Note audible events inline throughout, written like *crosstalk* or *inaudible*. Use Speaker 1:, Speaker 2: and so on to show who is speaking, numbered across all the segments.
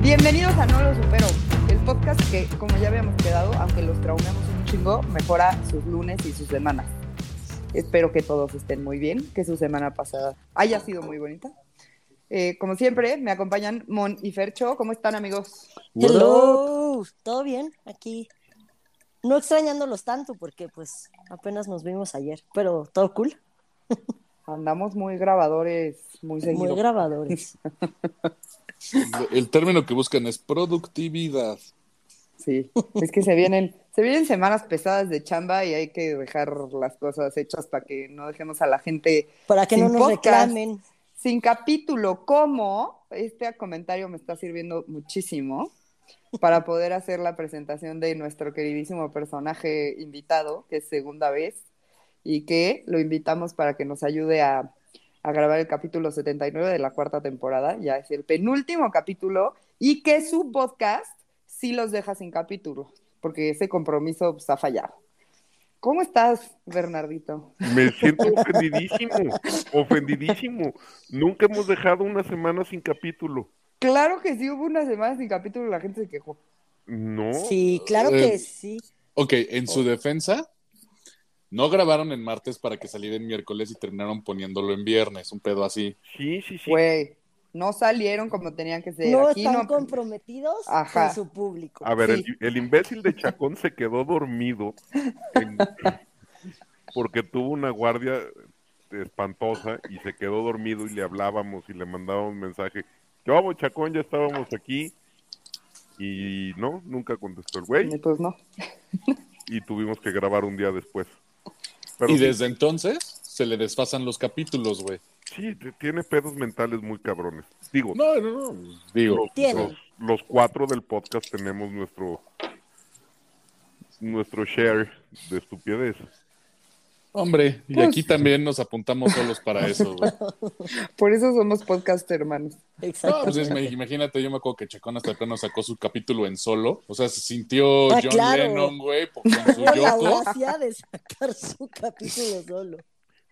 Speaker 1: Bienvenidos a No Lo Supero, el podcast que, como ya habíamos quedado, aunque los traumemos un chingo, mejora sus lunes y sus semanas. Espero que todos estén muy bien, que su semana pasada haya sido muy bonita. Eh, como siempre, me acompañan Mon y Fercho. ¿Cómo están, amigos?
Speaker 2: Hello, ¿todo bien? Aquí no extrañándolos tanto porque pues apenas nos vimos ayer, pero todo cool,
Speaker 1: Andamos muy grabadores, muy
Speaker 2: muy
Speaker 1: seguido.
Speaker 2: grabadores.
Speaker 1: *laughs*
Speaker 3: El término que buscan es productividad.
Speaker 1: sí, es que se vienen, se vienen semanas pesadas de chamba y hay que dejar las cosas hechas para que no dejemos a la gente
Speaker 2: Para que no
Speaker 1: Sin
Speaker 2: nos
Speaker 1: podcast.
Speaker 2: reclamen.
Speaker 1: sin capítulo, como este comentario me está sirviendo muchísimo para poder hacer la presentación de nuestro queridísimo personaje invitado, que es segunda vez, y que lo invitamos para que nos ayude a, a grabar el capítulo 79 de la cuarta temporada, ya es el penúltimo capítulo, y que su podcast sí los deja sin capítulo, porque ese compromiso pues, ha fallado. ¿Cómo estás, Bernardito?
Speaker 4: Me siento ofendidísimo, ofendidísimo. Nunca hemos dejado una semana sin capítulo.
Speaker 1: Claro que sí hubo una semana sin capítulo, la gente se quejó.
Speaker 4: No,
Speaker 2: Sí, claro que
Speaker 3: Eh,
Speaker 2: sí.
Speaker 3: Ok, en su defensa, no grabaron en martes para que saliera en miércoles y terminaron poniéndolo en viernes, un pedo así.
Speaker 4: sí, sí, sí.
Speaker 1: Güey, no salieron como tenían que ser.
Speaker 2: No
Speaker 1: Aquí
Speaker 2: están
Speaker 1: no-
Speaker 2: comprometidos
Speaker 1: Ajá.
Speaker 2: con su público.
Speaker 3: Ah,
Speaker 4: A ver,
Speaker 1: sí.
Speaker 4: el, el imbécil de Chacón se quedó dormido en- porque tuvo una guardia espantosa y se quedó dormido y le hablábamos y le mandábamos mensaje. Yo amo Chacón, ya estábamos aquí. Y no, nunca contestó el güey
Speaker 1: Pues no.
Speaker 4: y tuvimos que grabar un día después. Pero
Speaker 3: y
Speaker 4: sí,
Speaker 3: desde entonces se le desfasan los capítulos, güey.
Speaker 4: sí, t- tiene pedos mentales muy cabrones. Digo,
Speaker 3: No, no, no. Digo,
Speaker 4: los,
Speaker 2: Tiene.
Speaker 4: los- los cuatro del podcast tenemos nuestro nuestro share de estupidez.
Speaker 3: hombre, y
Speaker 1: Pues-
Speaker 3: aquí también nos apuntamos solos para eso, güey.
Speaker 1: Por eso somos podcast hermanos.
Speaker 3: No,
Speaker 2: Exacto.
Speaker 3: pues es-
Speaker 2: *laughs*
Speaker 3: imagínate, yo me acuerdo que Chacón hasta acá nos sacó su capítulo en solo. O sea, se sintió
Speaker 2: Ah,
Speaker 3: John
Speaker 2: claro.
Speaker 3: Lennon, güey, por- con su
Speaker 2: *laughs* Tuvo la
Speaker 3: Yoko.
Speaker 2: audacia de sacar su capítulo solo.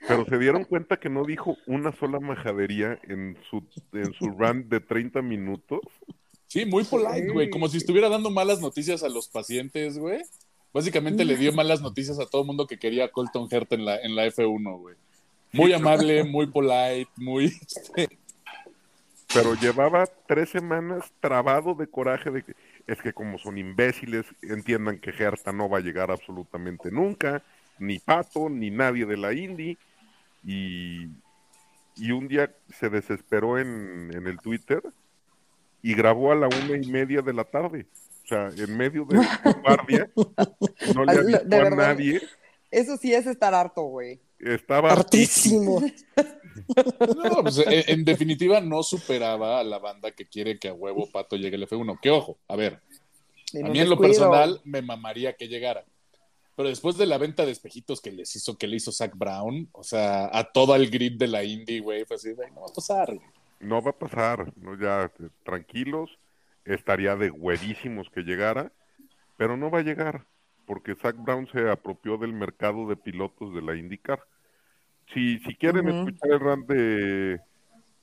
Speaker 4: Pero se dieron cuenta que no dijo una sola majadería en su en su rant de 30 minutos.
Speaker 3: Sí, muy polite, güey. Como si estuviera dando malas noticias a los pacientes, güey. Básicamente le dio malas noticias a todo el mundo que quería a Colton Hurt en la, en la F1, güey. Muy amable, muy polite, muy... *laughs*
Speaker 4: Pero llevaba tres semanas trabado de coraje de que es que como son imbéciles, entiendan que Gerta no va a llegar absolutamente nunca, ni Pato, ni nadie de la Indy. Y, y un día se desesperó en, en el Twitter y grabó a la una y media de la tarde. O sea, en medio
Speaker 1: *laughs*
Speaker 4: de la guardia, no le
Speaker 1: Al- de
Speaker 4: avisó a
Speaker 1: verdad.
Speaker 4: nadie.
Speaker 1: Eso sí es estar harto, güey.
Speaker 4: Estaba
Speaker 2: Hartísimo.
Speaker 3: No, pues, e- en, definitiva no superaba a la banda que quiere que a huevo Pato llegue el F1. Que ojo, a ver,
Speaker 1: De
Speaker 3: a
Speaker 1: no
Speaker 3: mí en lo
Speaker 1: descuido.
Speaker 3: personal me mamaría que llegara. Pero después de la venta de espejitos que les hizo, que le hizo Zach Brown, o sea, a todo el grid de la indie, güey, fue así, güey, no va a pasar, güey.
Speaker 4: No va a pasar, no, ya eh, tranquilos, estaría de huevísimos que llegara, pero no va a llegar, porque Zach Brown se apropió del mercado de pilotos de la IndyCar. Si, si quieren
Speaker 1: Ujú.
Speaker 4: escuchar el rant de,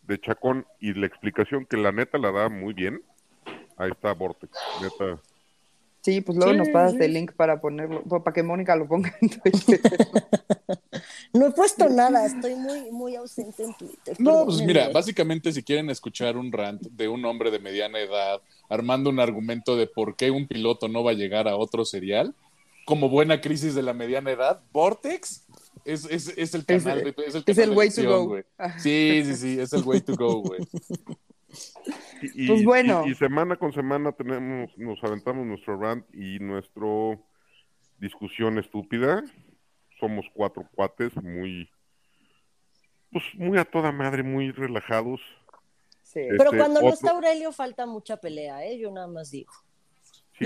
Speaker 4: de Chacón y la explicación que la neta la da muy bien, ahí está Vortex, neta.
Speaker 1: Sí, pues luego
Speaker 3: Sí,
Speaker 1: nos pasas
Speaker 3: sí.
Speaker 1: el link para ponerlo, pa- para que Mónica lo ponga en Twitter.
Speaker 4: *laughs*
Speaker 2: No he puesto nada, estoy muy, muy ausente en Twitter.
Speaker 3: No, pues mira,
Speaker 2: perdónenme.
Speaker 3: básicamente si quieren escuchar un rant de un hombre de mediana edad armando un argumento de por qué un piloto no va a llegar a otro serial, como buena crisis de la mediana edad, Vortex es, es, es el
Speaker 1: Es-
Speaker 3: canal de Es el,
Speaker 1: es
Speaker 3: canal
Speaker 1: el
Speaker 3: de
Speaker 1: way to
Speaker 3: acción,
Speaker 1: go.
Speaker 3: güey. Sí, sí, sí, es el way to go, güey.
Speaker 4: Y, y-
Speaker 1: Pues bueno.
Speaker 4: y- y semana con semana tenemos, nos aventamos nuestro rant y nuestro discusión estúpida. Somos cuatro cuates muy, pues muy a toda madre, muy relajados.
Speaker 1: Sí.
Speaker 2: Pero
Speaker 4: este,
Speaker 2: cuando no
Speaker 4: otro-
Speaker 2: está Aurelio falta mucha pelea, ¿eh? yo nada más digo.
Speaker 4: Sí,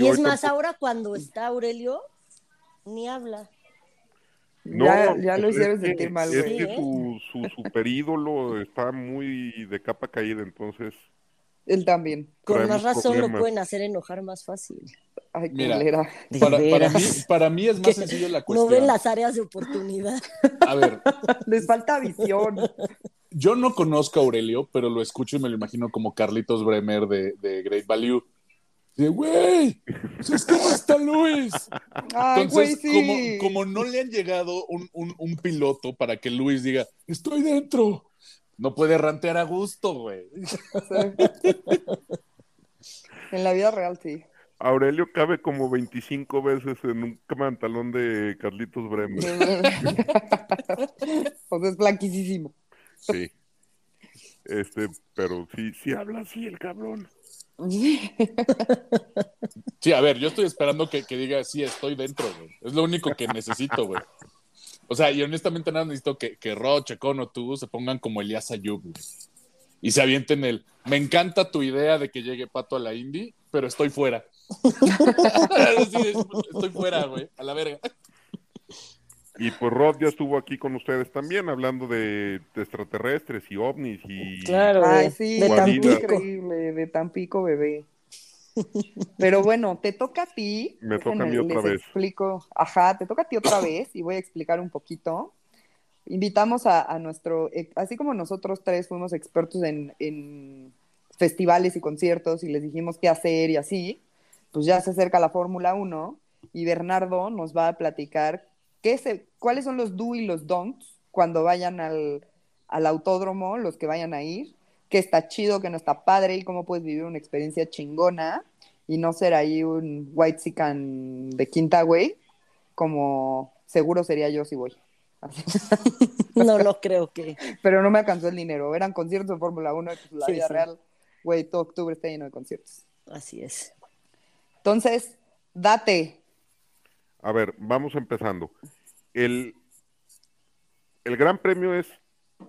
Speaker 2: y es
Speaker 4: ahorita-
Speaker 2: más, ahora cuando está Aurelio, ni habla.
Speaker 4: no,
Speaker 1: ya, ya lo
Speaker 4: pues es
Speaker 1: hicieron
Speaker 4: que-
Speaker 1: sentir mal,
Speaker 4: Es
Speaker 1: güey.
Speaker 2: Sí,
Speaker 4: que
Speaker 2: ¿eh?
Speaker 4: su, su super ídolo está muy de capa caída, entonces
Speaker 1: Él también.
Speaker 2: Con más
Speaker 4: Traemos
Speaker 2: razón
Speaker 4: problemas.
Speaker 2: lo pueden hacer enojar más fácil.
Speaker 1: Ay, qué
Speaker 3: Mira.
Speaker 1: culera. *laughs*
Speaker 2: De
Speaker 3: Para, para,
Speaker 2: veras.
Speaker 3: mí, para mí es más
Speaker 2: ¿Qué?
Speaker 3: sencillo la
Speaker 2: No
Speaker 3: cuestión.
Speaker 2: ven las áreas de oportunidad.
Speaker 3: A ver,
Speaker 1: Les falta visión.
Speaker 3: yo no conozco a Aurelio, pero lo escucho y me lo imagino como Carlitos Bremer de, de Great Value. De, güey, pues, ¿cómo está Luis?
Speaker 1: Ay, güey,
Speaker 3: Entonces,
Speaker 1: sí.
Speaker 3: como, como no le han llegado un, un- un piloto para que Luis diga, estoy dentro, no puede rantear a gusto,
Speaker 1: *laughs*
Speaker 3: güey.
Speaker 1: Sí. En la vida real,
Speaker 4: *laughs*
Speaker 1: sí. *laughs*
Speaker 4: Aurelio cabe como 25 veces en un pantalón de Carlitos Bremer.
Speaker 1: Pues es blanquísimo.
Speaker 4: Sí. Este, pero sí, sí habla así el cabrón.
Speaker 3: Sí, a ver, yo estoy esperando que, que diga, sí, estoy dentro, güey. Es lo único que necesito, güey. O sea, y honestamente nada, necesito que, que Ro, Checón o tú se pongan como Elías Ayub, güey. Y se avienten el, me encanta tu idea de que llegue Pato a la Indy, pero estoy fuera. *laughs* Sí, es- estoy fuera, güey, a la verga.
Speaker 4: Y pues Rod ya estuvo aquí con ustedes también hablando de, de extraterrestres y ovnis y
Speaker 2: Claro,
Speaker 1: Ay,
Speaker 2: de-
Speaker 1: sí, es
Speaker 2: de
Speaker 4: Guarida.
Speaker 2: Tampico.
Speaker 1: increíble, de Tampico, bebé. Pero bueno, te toca a ti.
Speaker 4: Me toca a mí
Speaker 1: Déjenme,
Speaker 4: otra
Speaker 1: les
Speaker 4: vez.
Speaker 1: Explico. Ajá, te toca a ti
Speaker 4: *coughs*
Speaker 1: otra vez y voy a explicar un poquito. Invitamos a, a nuestro, eh, así como nosotros tres fuimos expertos en, en festivales y conciertos y les dijimos qué hacer y así, pues ya se acerca la Fórmula 1 y Bernardo nos va a platicar qué se, cuáles son los do y los don'ts cuando vayan al, al autódromo, los que vayan a ir, qué está chido, qué no está padre y cómo puedes vivir una experiencia chingona y no ser ahí un white chican de quinta, güey, como seguro sería yo si voy. *laughs* Así.
Speaker 2: *laughs* No, no creo que.
Speaker 1: Pero no me alcanzó el dinero, eran conciertos de Fórmula 1 y pues la
Speaker 2: Sí,
Speaker 1: vida
Speaker 2: sí.
Speaker 1: real, güey, todo octubre está lleno de conciertos.
Speaker 2: Así es.
Speaker 1: Entonces, date.
Speaker 4: A ver, vamos empezando. El, el gran premio es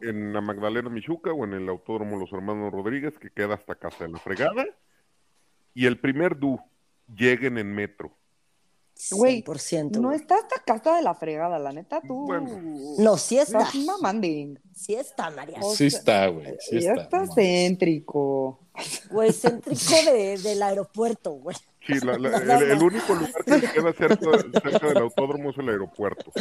Speaker 4: en la Magdalena Michuca o en el Autódromo Los Hermanos Rodríguez, que queda hasta Casa de la Fregada. Y el primer du, lleguen en metro.
Speaker 1: Güey,
Speaker 2: 100%.
Speaker 1: No está hasta casa de la fregada, la neta, tú.
Speaker 4: Bueno.
Speaker 2: No, sí está.
Speaker 1: Estás mamandín.
Speaker 2: Sí está, María.
Speaker 1: O
Speaker 3: Sí
Speaker 1: sea,
Speaker 3: está, güey, sí
Speaker 1: Ya
Speaker 3: está.
Speaker 1: estás
Speaker 3: no mames.
Speaker 1: céntrico.
Speaker 2: Güey, céntrico de, del aeropuerto, güey.
Speaker 4: Sí, la- la- el, el único lugar que le queda cerca, cerca del autódromo es el aeropuerto.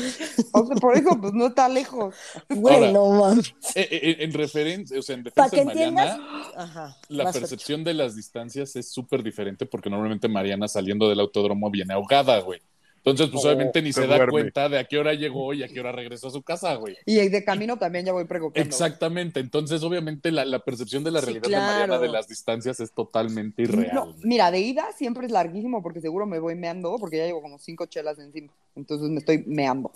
Speaker 1: O sea, por eso, pues no está lejos.
Speaker 2: Güey,
Speaker 3: Ahora,
Speaker 2: no mames.
Speaker 3: Eh, eh, en referencia, o sea, en
Speaker 2: Para
Speaker 3: defensa
Speaker 2: que
Speaker 3: de Mariana,
Speaker 2: entiendas. Ajá.
Speaker 3: la
Speaker 2: vas, Fercho.
Speaker 3: percepción de las distancias es súper diferente porque normalmente Mariana saliendo del autódromo viene ahogada, güey. Entonces, pues
Speaker 4: Oh,
Speaker 3: obviamente ni
Speaker 4: se
Speaker 3: se da
Speaker 4: duerme.
Speaker 3: cuenta de a qué hora llegó y a qué hora regresó a su casa, güey.
Speaker 1: Y de camino también ya voy preguntando.
Speaker 3: Exactamente. Entonces, obviamente, la, la percepción de la
Speaker 2: Sí,
Speaker 3: realidad de
Speaker 2: claro.
Speaker 3: Mariana de las distancias es totalmente irreal.
Speaker 1: No, mira, de ida siempre es larguísimo porque seguro me voy meando porque ya llevo como cinco chelas encima. Entonces me estoy meando.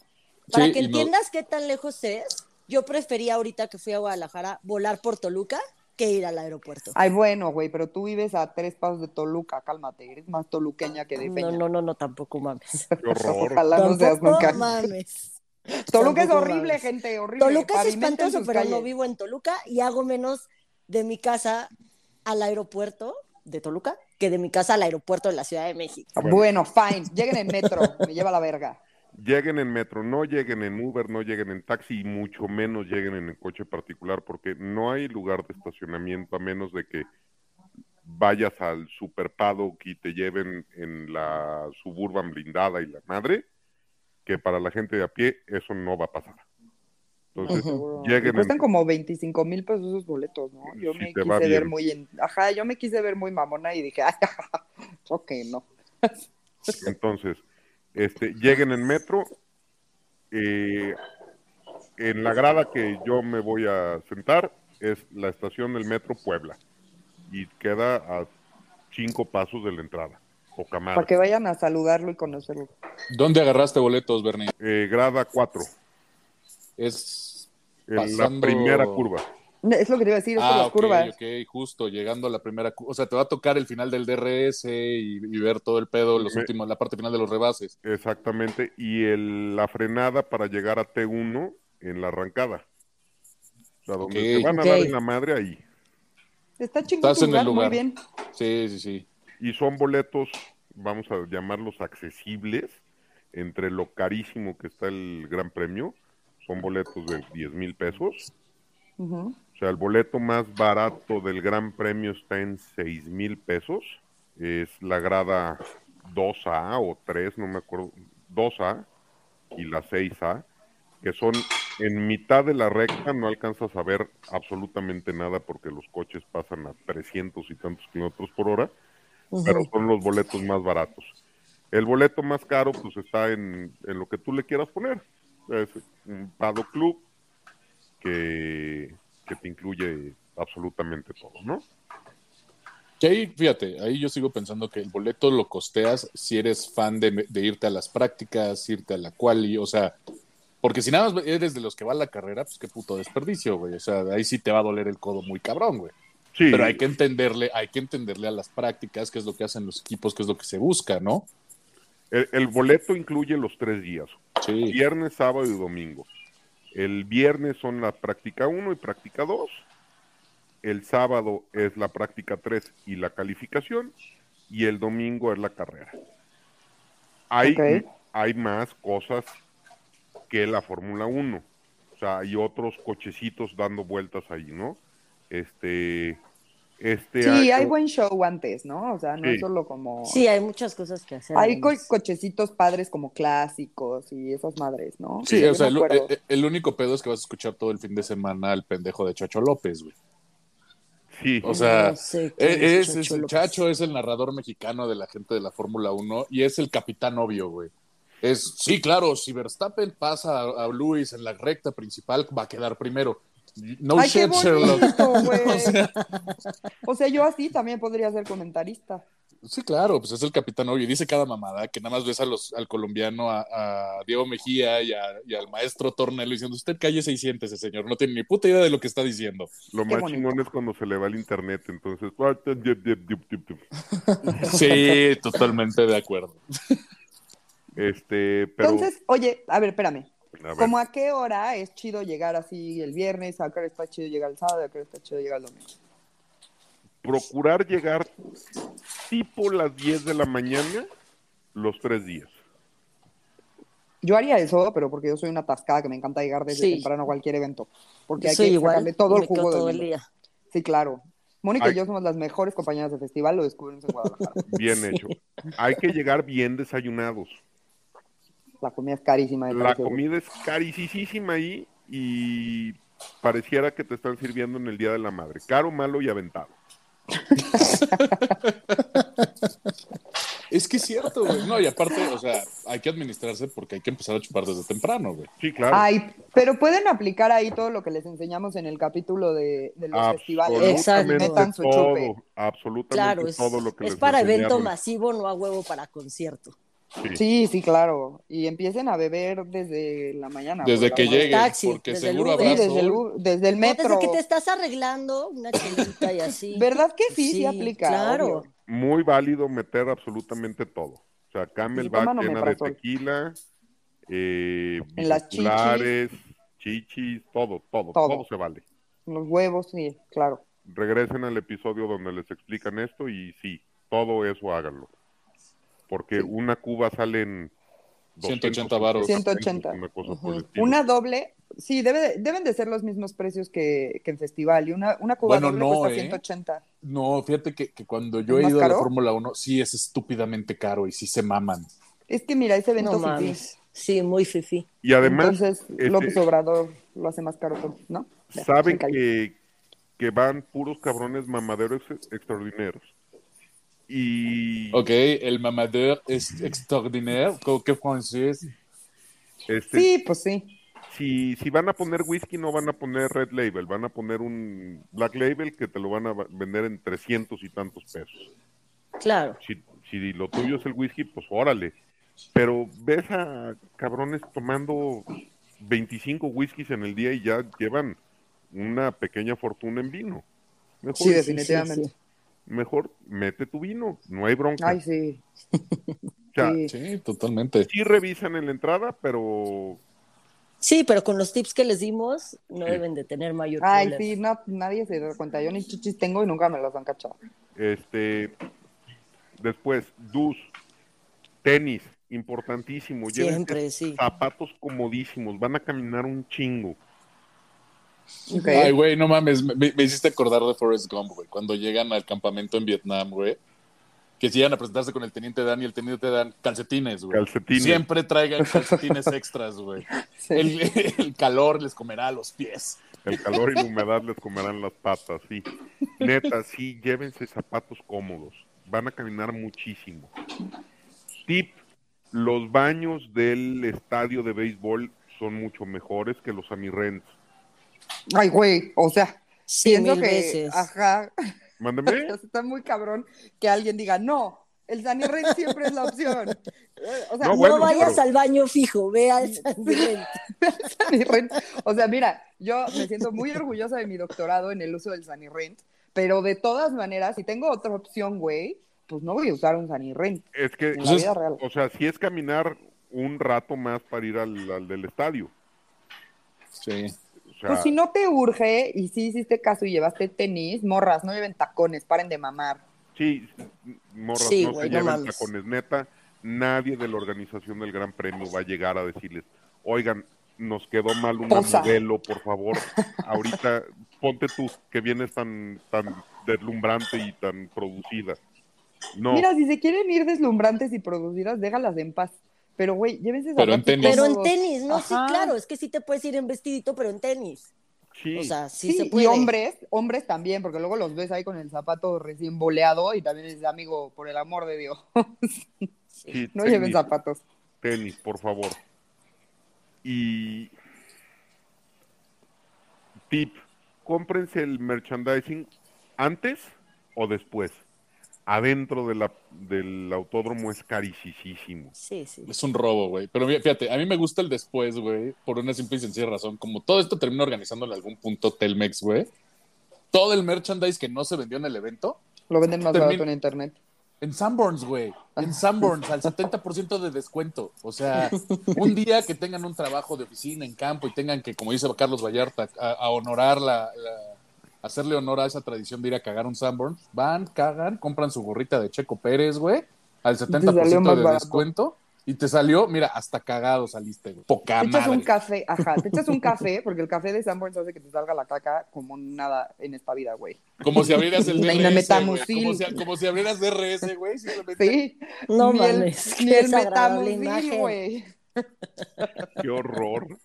Speaker 2: Para
Speaker 3: Sí,
Speaker 2: que
Speaker 3: y no-
Speaker 2: entiendas qué tan lejos es, yo prefería ahorita que fui a Guadalajara volar por Toluca que ir al aeropuerto.
Speaker 1: Ay, bueno, güey, pero tú vives a tres pasos de Toluca, cálmate. Eres más toluqueña que de Peña.
Speaker 2: No, no, no, no,
Speaker 1: *laughs*
Speaker 2: tampoco mames.
Speaker 4: Qué horror.
Speaker 1: Ojalá no seas
Speaker 2: Tampoco
Speaker 1: nunca.
Speaker 2: mames.
Speaker 1: Toluca es
Speaker 2: Tampoco
Speaker 1: horrible,
Speaker 2: mames.
Speaker 1: gente, horrible.
Speaker 2: Toluca es
Speaker 1: Pavimenten
Speaker 2: espantoso,
Speaker 1: sus
Speaker 2: pero no
Speaker 1: calles.
Speaker 2: vivo en Toluca y hago menos de mi casa al aeropuerto de Toluca que de mi casa al aeropuerto de la Ciudad de México.
Speaker 1: Ah, Bueno, fine. Lleguen en metro, me lleva la verga.
Speaker 4: Lleguen en metro, no lleguen en Uber, no lleguen en taxi y mucho menos lleguen en el coche particular porque no hay lugar de estacionamiento a menos de que vayas al super paddock y te lleven en la suburban blindada y la madre, que para la gente de a pie eso no va a pasar. Entonces,
Speaker 1: Seguro.
Speaker 4: lleguen
Speaker 1: Y cuestan
Speaker 4: en-
Speaker 1: como 25 mil pesos esos boletos, ¿no? Yo
Speaker 4: Si
Speaker 1: me
Speaker 4: te va
Speaker 1: quise ver
Speaker 4: bien.
Speaker 1: muy en- Ajá, yo me quise ver muy mamona y dije, ay, *laughs* ok, no.
Speaker 4: Entonces, este, lleguen en metro. eh, en la grada que yo me voy a sentar es la estación del metro Puebla. Y queda a cinco pasos de la entrada. Poca
Speaker 1: Para
Speaker 4: madre.
Speaker 1: que vayan a saludarlo y conocerlo.
Speaker 3: ¿Dónde agarraste boletos, Bernie?
Speaker 4: Eh, grada 4,
Speaker 3: Es.
Speaker 4: en
Speaker 3: Pasando-
Speaker 4: la primera curva.
Speaker 1: Es lo que te iba a decir, es por
Speaker 3: Ah,
Speaker 1: las
Speaker 3: ok,
Speaker 1: curvas.
Speaker 3: ok, justo llegando a la primera. cu- O sea, te va a tocar el final del DRS y, y ver todo el pedo, los
Speaker 4: Me-
Speaker 3: últimos, la parte final de los rebases.
Speaker 4: Exactamente. Y el- la frenada para llegar a T1 en la arrancada. O sea, donde
Speaker 3: Ok.
Speaker 4: te van a
Speaker 2: Ok.
Speaker 4: dar en la madre ahí.
Speaker 1: Está chingón
Speaker 3: Estás
Speaker 1: tu
Speaker 3: en el
Speaker 1: lugar, muy bien.
Speaker 3: lugar. Sí, sí, sí.
Speaker 4: y son boletos, vamos a llamarlos accesibles, entre lo carísimo que está el Gran Premio, son boletos de 10 mil pesos,
Speaker 1: Ujú.
Speaker 4: o sea, el boleto más barato del Gran Premio está en 6 mil pesos. Es la grada 2A o 3, no me acuerdo. 2A y la 6A, que son en mitad de la recta, no alcanzas a ver absolutamente nada porque los coches pasan a 300 y tantos kilómetros por hora,
Speaker 2: Ujú.
Speaker 4: pero son los boletos más baratos. El boleto más caro, pues está en, en lo que tú le quieras poner. Es un Pado Club que, que te incluye absolutamente todo, ¿no?
Speaker 3: Que ahí, fíjate, ahí yo sigo pensando que el boleto lo costeas si eres fan de, de irte a las prácticas, irte a la quali, o sea, porque si nada más eres de los que va a la carrera, pues qué puto desperdicio, güey. O sea, ahí sí te va a doler el codo muy cabrón, güey.
Speaker 4: Sí,
Speaker 3: Pero hay que entenderle, hay que entenderle a las prácticas, qué es lo que hacen los equipos, qué es lo que se busca, ¿no?
Speaker 4: el- el boleto incluye los tres días,
Speaker 3: Sí.
Speaker 4: viernes, sábado y domingo. El viernes son la práctica 1 y práctica 2. El sábado es la práctica 3 y la calificación. Y el domingo es la carrera. Hay,
Speaker 1: Ok.
Speaker 4: hay más cosas que la Fórmula 1. O sea, hay otros cochecitos dando vueltas ahí, ¿no? Este. este
Speaker 1: Sí, hay
Speaker 4: año-
Speaker 1: buen show antes, ¿no? O sea, no
Speaker 4: Sí.
Speaker 1: es solo como...
Speaker 2: Sí, hay muchas cosas que hacer.
Speaker 1: Hay co-
Speaker 2: además.
Speaker 1: cochecitos padres como clásicos y esas madres, ¿no?
Speaker 3: Sí,
Speaker 1: Yo
Speaker 3: o sea, eh,
Speaker 1: me
Speaker 3: el,
Speaker 1: acuerdo.
Speaker 3: el- el único pedo es que vas a escuchar todo el fin de semana al pendejo de Chacho López, güey.
Speaker 4: Sí,
Speaker 3: O
Speaker 2: Pues,
Speaker 3: sea, e-,
Speaker 2: No sé quién
Speaker 3: Eh, Es, es-
Speaker 2: Chacho
Speaker 3: el
Speaker 2: López.
Speaker 3: Chacho es el narrador mexicano de la gente de la Fórmula 1 y es el capitán obvio, güey. Es, sí, claro, si Verstappen pasa a, a Lewis en la recta principal, va a quedar primero. No
Speaker 1: Ay, qué
Speaker 3: shit, Sherlock. *laughs*
Speaker 1: bonito, güey. o, sea... yo así también podría ser comentarista.
Speaker 3: Sí, claro, pues es el capitán obvio. Y dice cada mamada que nada más ves a los, al colombiano, a, a Diego Mejía y, a- y al maestro Tornelo diciendo, usted cállese y siéntese, señor. No tiene ni puta idea de lo que está diciendo.
Speaker 4: lo
Speaker 1: qué
Speaker 4: más
Speaker 1: bonito.
Speaker 4: chingón es cuando se le va el internet. Entonces, ah,
Speaker 3: Sí, totalmente de acuerdo.
Speaker 4: este, pero.
Speaker 1: Entonces, oye, a ver, espérame.
Speaker 4: a ver.
Speaker 1: ¿Cómo a qué hora es chido llegar así el viernes? ¿A qué hora está chido llegar el sábado? ¿A qué hora está chido llegar el domingo?
Speaker 4: procurar llegar tipo las 10 de la mañana los tres días.
Speaker 1: Yo haría eso, pero porque yo soy una atascada que me encanta llegar desde
Speaker 2: Sí.
Speaker 1: temprano a cualquier evento. Porque
Speaker 2: Yo
Speaker 1: hay
Speaker 2: soy
Speaker 1: que
Speaker 2: igual.
Speaker 1: sacarle todo el
Speaker 2: me quedo
Speaker 1: jugo del
Speaker 2: todo el
Speaker 1: mundo.
Speaker 2: día.
Speaker 1: Sí, claro. Mónica
Speaker 4: Ay.
Speaker 1: y yo somos las mejores compañeras de festival, lo descubrimos en Guadalajara.
Speaker 4: Bien hecho. Hay que llegar bien desayunados.
Speaker 1: La comida es carísima. me
Speaker 4: La
Speaker 1: parece.
Speaker 4: comida es carísima ahí y pareciera que te están sirviendo en el Día de la Madre. Caro, malo y aventado.
Speaker 3: Es que es cierto, güey. No, y aparte, o sea, hay que administrarse porque hay que empezar a chupar desde temprano, güey.
Speaker 4: Sí, claro.
Speaker 1: Ay, pero pueden aplicar ahí todo lo que les enseñamos en el capítulo de, de los festivales.
Speaker 4: absolutamente
Speaker 2: Exacto.
Speaker 1: Metan su chupe.
Speaker 4: todo, absolutamente
Speaker 2: Claro, es,
Speaker 4: todo lo que
Speaker 2: es
Speaker 4: les
Speaker 2: para evento
Speaker 4: enseñaron.
Speaker 2: masivo, no a huevo para concierto.
Speaker 4: Sí.
Speaker 1: Sí, sí, claro. Y empiecen a beber desde la mañana.
Speaker 3: Desde
Speaker 1: por
Speaker 3: que
Speaker 1: pues, la hora.
Speaker 3: llegue,
Speaker 2: taxi,
Speaker 3: porque
Speaker 2: desde el
Speaker 3: seguro
Speaker 1: Sí,
Speaker 3: habrá
Speaker 2: Uber.
Speaker 1: desde el,
Speaker 3: sol.
Speaker 1: u- desde el metro.
Speaker 2: Desde Pues, que te estás arreglando una chelita y así.
Speaker 1: *laughs* ¿Verdad que sí? Sí, aplica.
Speaker 2: Claro.
Speaker 1: obvio.
Speaker 4: Muy válido meter absolutamente todo. O sea, Camelback
Speaker 1: toman
Speaker 4: llena de
Speaker 1: omeprazol.
Speaker 4: tequila, eh,
Speaker 1: En las chichis.
Speaker 4: binoculares, chichis, todo, todo, todo,
Speaker 1: Todo.
Speaker 4: se vale.
Speaker 1: Los huevos, sí, claro.
Speaker 4: Regresen al episodio donde les explican esto y sí, todo eso háganlo. Porque una cuba sale en
Speaker 3: 180 varos.
Speaker 1: 180.
Speaker 4: Una cosa por el
Speaker 2: Ujú.
Speaker 4: estilo.
Speaker 1: Una doble, sí, debe de- deben de ser los mismos precios que, que en festival. Y una, una cuba
Speaker 3: Bueno,
Speaker 1: doble
Speaker 3: no,
Speaker 1: cuesta
Speaker 3: ¿eh?
Speaker 1: 180.
Speaker 3: No, fíjate que, que cuando yo he
Speaker 1: ¿Es más
Speaker 3: ido a la
Speaker 1: caro?
Speaker 3: Fórmula 1, sí es estúpidamente caro y sí se maman.
Speaker 1: Es que mira, ese evento
Speaker 2: No
Speaker 1: sí, sí.
Speaker 2: mames. Sí, muy fifi.
Speaker 4: Y además,
Speaker 1: Entonces,
Speaker 4: este-
Speaker 1: López Obrador lo hace más caro, todo, ¿no? Ya,
Speaker 4: saben
Speaker 1: se cayó.
Speaker 4: que, que van puros cabrones mamaderos ex- extraordinarios. Y
Speaker 3: Ok, el mamadeur es extraordinaire. Co- ¿Qué francés?
Speaker 4: este,
Speaker 1: Sí, pues sí.
Speaker 4: si, si van a poner whisky, no van a poner red label, van a poner un black label que te lo van a va- vender en 300 y tantos pesos.
Speaker 2: Claro.
Speaker 4: Si, si lo tuyo es el whisky, pues órale. Pero ves a cabrones tomando 25 whiskies en el día y ya llevan una pequeña fortuna en vino. Mejor,
Speaker 1: Sí, definitivamente.
Speaker 2: sí.
Speaker 4: mejor mete tu vino, no hay bronca.
Speaker 1: Ay, sí.
Speaker 4: o sea,
Speaker 1: sí.
Speaker 3: Sí, totalmente.
Speaker 4: sí revisan en la entrada, pero
Speaker 2: Sí, pero con los tips que les dimos, no
Speaker 4: Sí.
Speaker 2: deben de tener mayor
Speaker 1: Ay,
Speaker 2: problema.
Speaker 1: sí, no, nadie se da cuenta. Yo ni chichis tengo y nunca me las han cachado.
Speaker 4: Este, después, dus, tenis, importantísimo. Llévense
Speaker 2: Siempre, sí.
Speaker 4: zapatos comodísimos, van a caminar un chingo.
Speaker 1: Ok.
Speaker 3: Ay, güey, no mames, me, me hiciste acordar de Forrest Gump, güey, cuando llegan al campamento en Vietnam, güey, que si llegan a presentarse con el teniente Dan y el teniente Dan, calcetines, güey.
Speaker 4: Calcetines.
Speaker 3: Siempre
Speaker 1: *laughs*
Speaker 3: traigan calcetines extras, güey.
Speaker 1: Sí.
Speaker 3: El, *laughs* el calor les comerá los pies.
Speaker 4: El calor y la humedad les comerán las patas, sí. Neta, sí, llévense zapatos cómodos. Van a caminar muchísimo. Tip, los baños del estadio de béisbol son mucho mejores que los amirrents.
Speaker 1: Ay, güey, o sea,
Speaker 2: Sí,
Speaker 1: pienso
Speaker 2: mil
Speaker 1: que,
Speaker 2: veces.
Speaker 1: ajá, *laughs*
Speaker 4: Mándame.
Speaker 1: o sea, está muy cabrón que alguien diga, no, el Danny Rey siempre es la opción. *laughs* Eh, O sea,
Speaker 4: No,
Speaker 2: No
Speaker 4: Ah, bueno,
Speaker 2: vayas
Speaker 4: pero-
Speaker 2: al baño fijo, ve al San Vicente.
Speaker 1: *laughs* Sunny Rent. O sea, mira, yo me siento muy orgullosa de mi doctorado en el uso del Sunny Rent, pero de todas maneras, si tengo otra opción, güey, pues no voy a usar un Sunny Rent
Speaker 4: Es que,
Speaker 1: en *laughs*
Speaker 3: Pues
Speaker 1: la
Speaker 3: es-
Speaker 1: vida real.
Speaker 4: o sea, sí es caminar un rato más para ir al, al del estadio.
Speaker 3: Sí.
Speaker 4: O sea,
Speaker 1: Pues si no te urge y si hiciste caso y llevaste tenis, morras, no lleven tacones, paren de mamar.
Speaker 4: sí, morras,
Speaker 2: Sí,
Speaker 4: no
Speaker 2: güey,
Speaker 4: se
Speaker 2: no
Speaker 4: lleven
Speaker 2: mames.
Speaker 4: tacones. Neta, nadie de la organización del Gran Premio va a llegar a decirles, oigan, nos quedó mal un
Speaker 1: Posa.
Speaker 4: modelo, por favor. Ahorita, ponte tú, que vienes tan, tan deslumbrante y tan producida. No,
Speaker 1: Mira, si se quieren ir deslumbrantes y producidas, déjalas en paz. Pero, güey, llévense
Speaker 3: Pero en
Speaker 1: zapatos
Speaker 3: tenis.
Speaker 2: Pero en
Speaker 1: cómodos.
Speaker 2: tenis, no, sí,
Speaker 1: Ajá.
Speaker 2: claro, es que sí te puedes ir en vestidito, pero en tenis.
Speaker 4: sí,
Speaker 2: O sea, sí,
Speaker 1: Sí,
Speaker 2: se puede.
Speaker 1: y hombres, hombres también, porque luego los ves ahí con el zapato recién boleado y también es amigo, por el amor de Dios,
Speaker 4: sí,
Speaker 1: no
Speaker 4: tenis.
Speaker 1: lleven zapatos.
Speaker 4: tenis, por favor. Y tip, cómprense el merchandising antes o después. Adentro de la- del autódromo es carísimo.
Speaker 2: Sí, sí.
Speaker 4: Pues,
Speaker 3: Es un robo, güey. Pero mira, fíjate, a mí me gusta el después, güey, por una simple y sencilla razón. Como todo esto termina organizándolo en algún punto Telmex, güey. Todo el merchandise que no se vendió en el evento,
Speaker 1: Lo venden más
Speaker 3: Termin-
Speaker 1: barato en internet.
Speaker 3: en Sanborns, güey. En Sanborns, al 70% de descuento. O sea, un día que tengan un trabajo de oficina en campo y tengan que, como dice Carlos Vallarta, a, a honorar la, la- hacerle honor a esa tradición de ir a cagar un Sanborns, van, cagan, compran su gorrita de Checo Pérez, güey, al
Speaker 1: salió
Speaker 3: 70%
Speaker 1: más
Speaker 3: de
Speaker 1: barato.
Speaker 3: descuento. Y te salió, mira, hasta cagado saliste, güey. Poca
Speaker 1: Te echas un
Speaker 3: madre.
Speaker 1: café, ajá, te echas un café,
Speaker 2: *laughs*
Speaker 1: porque el café de Sanborns hace que te salga la caca como nada en esta vida, güey.
Speaker 3: Como si
Speaker 1: *laughs*
Speaker 3: abrieras el
Speaker 1: Una
Speaker 3: DRS, güey.
Speaker 1: metamucil.
Speaker 3: Como si, como si abrieras DRS, güey. simplemente.
Speaker 1: Sí,
Speaker 2: No
Speaker 1: ni
Speaker 2: mames,
Speaker 1: el, ni
Speaker 2: qué
Speaker 1: el
Speaker 2: desagradable
Speaker 1: Metamucil,
Speaker 2: imagen.
Speaker 1: güey.
Speaker 4: Qué horror.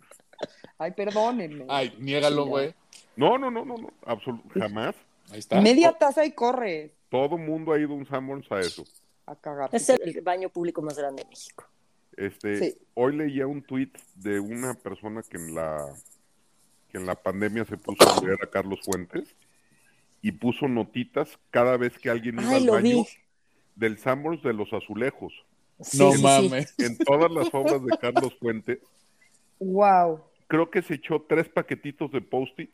Speaker 1: Ay, perdónenme.
Speaker 3: Ay, niégalo, güey.
Speaker 4: No, no, no, no, no, absolu- jamás.
Speaker 3: Ahí está.
Speaker 1: Media taza y corre
Speaker 4: Todo mundo ha ido a un Sanborns a eso.
Speaker 1: a cagar.
Speaker 2: Es el, el baño público más grande de México.
Speaker 4: Este,
Speaker 1: Sí.
Speaker 4: hoy leía un tuit de una persona que en la que en la pandemia se puso a leer a Carlos Fuentes y puso notitas cada vez que alguien iba
Speaker 2: Ay,
Speaker 4: al
Speaker 2: lo
Speaker 4: baño
Speaker 2: vi.
Speaker 4: del Sanborns de los azulejos.
Speaker 2: Sí,
Speaker 3: no
Speaker 2: sí, sí.
Speaker 3: mames.
Speaker 4: En todas las obras de Carlos Fuentes,
Speaker 1: Wow.
Speaker 4: creo que se echó tres paquetitos de post-its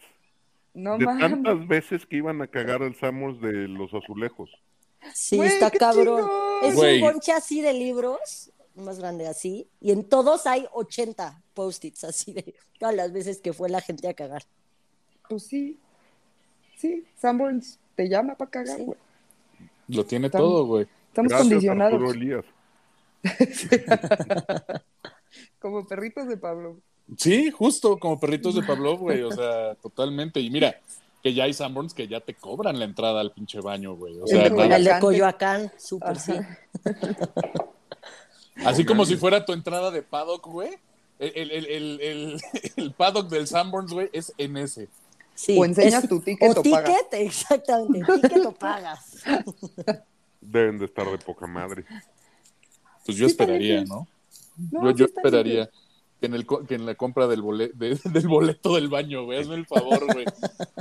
Speaker 1: No
Speaker 4: de
Speaker 1: mames.
Speaker 4: tantas veces que iban a cagar al Sanborns de los azulejos.
Speaker 2: Sí,
Speaker 1: Güey,
Speaker 2: está
Speaker 1: qué
Speaker 2: cabrón.
Speaker 1: chingón.
Speaker 2: Es
Speaker 3: Güey.
Speaker 2: un bonche así de libros, más grande así, y en todos hay 80 post-its así de todas las veces que fue la gente a cagar.
Speaker 1: Pues sí. Sí, Sanborns te llama para cagar,
Speaker 2: Sí.
Speaker 1: güey.
Speaker 3: Lo tiene
Speaker 1: Tan-
Speaker 3: todo, güey.
Speaker 1: Estamos
Speaker 4: Gracias,
Speaker 1: condicionados
Speaker 4: Arturo Elías.
Speaker 1: como perritos de Pablo.
Speaker 3: Sí, justo, como perritos de
Speaker 1: *laughs*
Speaker 3: Pavlov, güey, o sea, totalmente. Y mira, que ya hay Sanborns que ya te cobran la entrada al pinche baño, güey. O sea,
Speaker 1: de
Speaker 3: no-
Speaker 2: Como el de
Speaker 1: Coyoacán.
Speaker 2: Coyoacán, súper sí.
Speaker 1: Ajá.
Speaker 3: así como si fuera tu entrada de paddock, güey. El, el, el, el, el- *laughs* el paddock del Sanborns, güey, es en ese.
Speaker 2: Sí,
Speaker 1: O enseñas tu ticket
Speaker 2: o
Speaker 1: o pagas.
Speaker 2: ticket, exactamente, ticket o pagas.
Speaker 4: Deben de estar de poca madre.
Speaker 3: Pues yo
Speaker 1: Sí,
Speaker 3: esperaría,
Speaker 1: parece.
Speaker 3: ¿no?
Speaker 1: No,
Speaker 3: Yo,
Speaker 1: sí
Speaker 3: yo
Speaker 1: está bien.
Speaker 3: esperaría que en, el, co- que en la compra del, bole- de- *laughs* del boleto del baño, güey, hazme el favor, güey.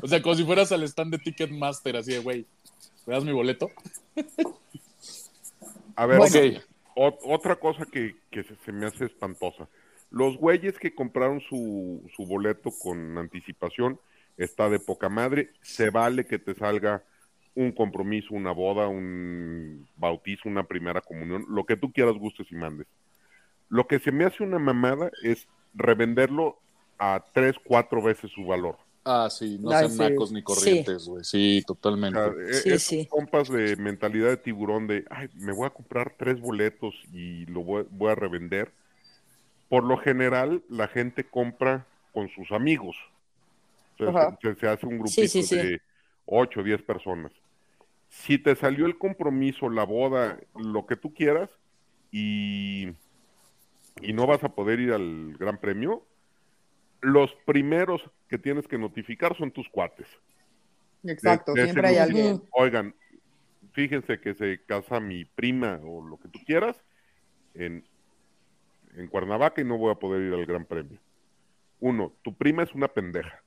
Speaker 3: O sea, como si fueras al stand de Ticketmaster, así de, güey, ¿me das mi boleto?
Speaker 4: A ver,
Speaker 1: Bueno.
Speaker 3: Ok.
Speaker 4: Ot- otra cosa que, que se, se me hace espantosa. Los güeyes que compraron su, su boleto con anticipación está de poca madre. Se vale que te salga un compromiso, una boda, un bautizo, una primera comunión, lo que tú quieras, gustes y mandes. Lo que se me hace una mamada es revenderlo a tres, cuatro veces su valor.
Speaker 3: Ah, sí, no
Speaker 1: Ay,
Speaker 3: sean
Speaker 1: sí.
Speaker 3: nacos ni corrientes, güey. Sí,
Speaker 4: O
Speaker 3: totalmente.
Speaker 4: sea, e-
Speaker 2: Sí,
Speaker 4: esos
Speaker 2: sí.
Speaker 4: compas de mentalidad de tiburón de, ay, me voy a comprar tres boletos y lo voy, voy a revender. Por lo general, la gente compra con sus amigos. O sea,
Speaker 1: Ajá.
Speaker 4: se, se hace un grupito
Speaker 2: Sí, sí, sí.
Speaker 4: de 8 o 10 personas. Si te salió el compromiso, la boda, lo que tú quieras, y, y no vas a poder ir al Gran Premio, los primeros que tienes que notificar son tus cuates. De-
Speaker 1: Exacto,
Speaker 4: de
Speaker 1: siempre hay
Speaker 4: ese
Speaker 2: grupo.
Speaker 1: alguien.
Speaker 4: Oigan, fíjense que se casa mi prima o lo que tú quieras en, en Cuernavaca y no voy a poder ir al Gran Premio. Uno, tu prima es una pendeja.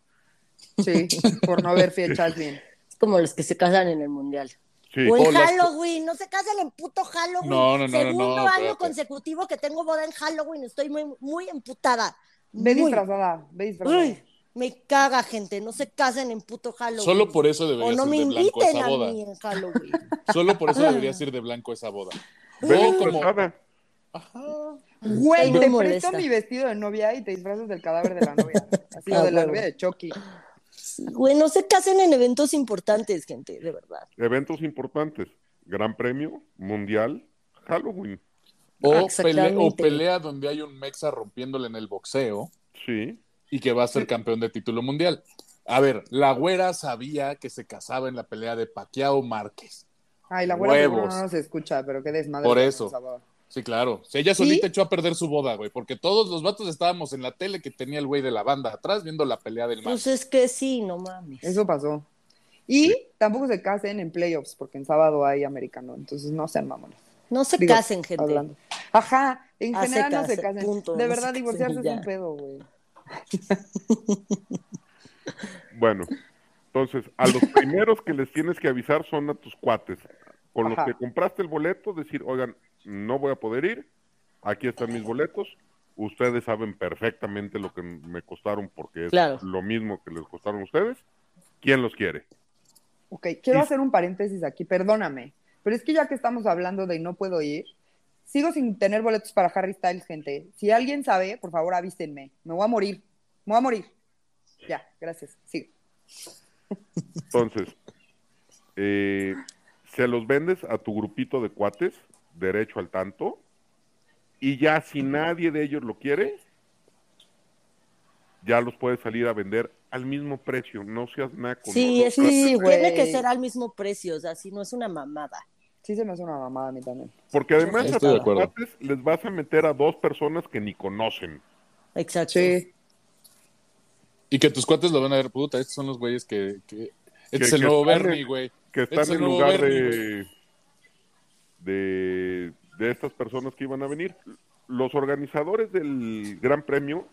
Speaker 1: Sí, por no ver fechas bien.
Speaker 2: Es como los que se casan en el mundial.
Speaker 4: Sí,
Speaker 2: O en
Speaker 3: O las-
Speaker 2: Halloween, no se casen en puto Halloween.
Speaker 3: No, no, no, no,
Speaker 2: Segundo
Speaker 3: no,
Speaker 2: año
Speaker 3: espérate.
Speaker 2: consecutivo que tengo boda en Halloween, estoy muy, muy emputada.
Speaker 1: Ve
Speaker 2: Muy.
Speaker 1: disfrazada, ve disfrazada.
Speaker 2: Uy, me caga, gente, no se casen en puto Halloween.
Speaker 3: Solo por eso
Speaker 2: O
Speaker 3: deberías
Speaker 2: no
Speaker 3: ir
Speaker 2: me
Speaker 3: de blanco a
Speaker 2: inviten
Speaker 3: esa
Speaker 2: a
Speaker 3: boda.
Speaker 2: mí en Halloween.
Speaker 3: Solo por eso deberías ir de blanco a esa boda.
Speaker 4: ve
Speaker 2: Pues,
Speaker 3: Ve como-
Speaker 2: ah,
Speaker 4: disfrazada.
Speaker 3: Ajá.
Speaker 1: Güey,
Speaker 2: Me
Speaker 1: te
Speaker 2: molesta.
Speaker 1: presto mi vestido de novia y te disfrazas del cadáver de la
Speaker 2: *laughs*
Speaker 1: novia. Así
Speaker 2: Ah,
Speaker 1: o de la
Speaker 2: huevo.
Speaker 1: novia de Chucky.
Speaker 2: *laughs* Güey, no se casen en eventos importantes, gente, de verdad.
Speaker 4: Eventos importantes. Gran Premio, Mundial, Halloween.
Speaker 3: O,
Speaker 2: Exactamente.
Speaker 3: pele- o pelea donde hay un mexa rompiéndole en el boxeo
Speaker 4: Sí.
Speaker 3: y que va a ser campeón de título mundial. A ver, la güera sabía que se casaba en la pelea de Paquiao Márquez.
Speaker 1: Ay, la abuela seguro
Speaker 3: Huevos.
Speaker 1: no nos escucha, pero qué desmadre.
Speaker 3: Por
Speaker 1: con
Speaker 3: eso.
Speaker 1: esa boda.
Speaker 3: Sí, claro. Si ella solita echó a perder su boda, güey, porque todos los vatos estábamos en la tele que tenía el güey de la banda atrás viendo la pelea del man.
Speaker 2: Pues es que sí, no mames.
Speaker 1: Eso pasó. Y tampoco se casen en playoffs, porque en sábado hay americano. Entonces no sean mamones.
Speaker 2: No se
Speaker 1: Digo,
Speaker 2: casen, gente.
Speaker 1: Hablando. Ajá, en
Speaker 2: Hace
Speaker 1: general no se
Speaker 2: caso,
Speaker 1: casen.
Speaker 2: punto, no
Speaker 1: de
Speaker 2: se
Speaker 1: verdad,
Speaker 2: casen
Speaker 1: divorciarse
Speaker 2: y ya.
Speaker 1: es un pedo, güey.
Speaker 4: Bueno, entonces, a los primeros que les tienes que avisar son a tus cuates. Con los
Speaker 1: Ajá.
Speaker 4: que compraste el boleto, decir, oigan, no voy a poder ir, aquí están mis boletos, ustedes saben perfectamente lo que me costaron porque es
Speaker 2: Claro.
Speaker 4: lo mismo que les costaron a ustedes. ¿Quién los quiere?
Speaker 1: Ok, quiero
Speaker 4: Y-
Speaker 1: hacer un paréntesis aquí, perdóname, pero es que ya que estamos hablando de no puedo ir, sigo sin tener boletos para Harry Styles, gente. Si alguien sabe, por favor avísenme, me voy a morir, me voy a morir. Ya, gracias, sigue.
Speaker 4: Entonces, eh, se los vendes a tu grupito de cuates, derecho al tanto, y ya si nadie de ellos lo quiere, ya los puedes salir a vender al mismo precio, no seas naco.
Speaker 2: Sí,
Speaker 4: ¿no?
Speaker 2: es
Speaker 1: Sí,
Speaker 2: que sí,
Speaker 1: güey.
Speaker 2: tiene que ser al mismo precio, o sea, si no es una mamada.
Speaker 1: Sí se me hace una mamada a mí también.
Speaker 4: Porque además a
Speaker 3: Estoy de
Speaker 4: tus
Speaker 3: acuerdo.
Speaker 4: cuates les vas a meter a dos personas que ni conocen.
Speaker 2: Exacto.
Speaker 3: Y que tus cuates lo van a ver, puta, estos son los güeyes que... que- Este
Speaker 4: Que-
Speaker 3: es el
Speaker 4: que
Speaker 3: nuevo
Speaker 4: están
Speaker 3: Bernie,
Speaker 4: en-
Speaker 3: güey.
Speaker 4: que
Speaker 3: Ese
Speaker 4: están en
Speaker 3: nuevo
Speaker 4: lugar
Speaker 3: Bernie,
Speaker 4: de, de, de estas personas que iban a venir. Los organizadores del Gran Premio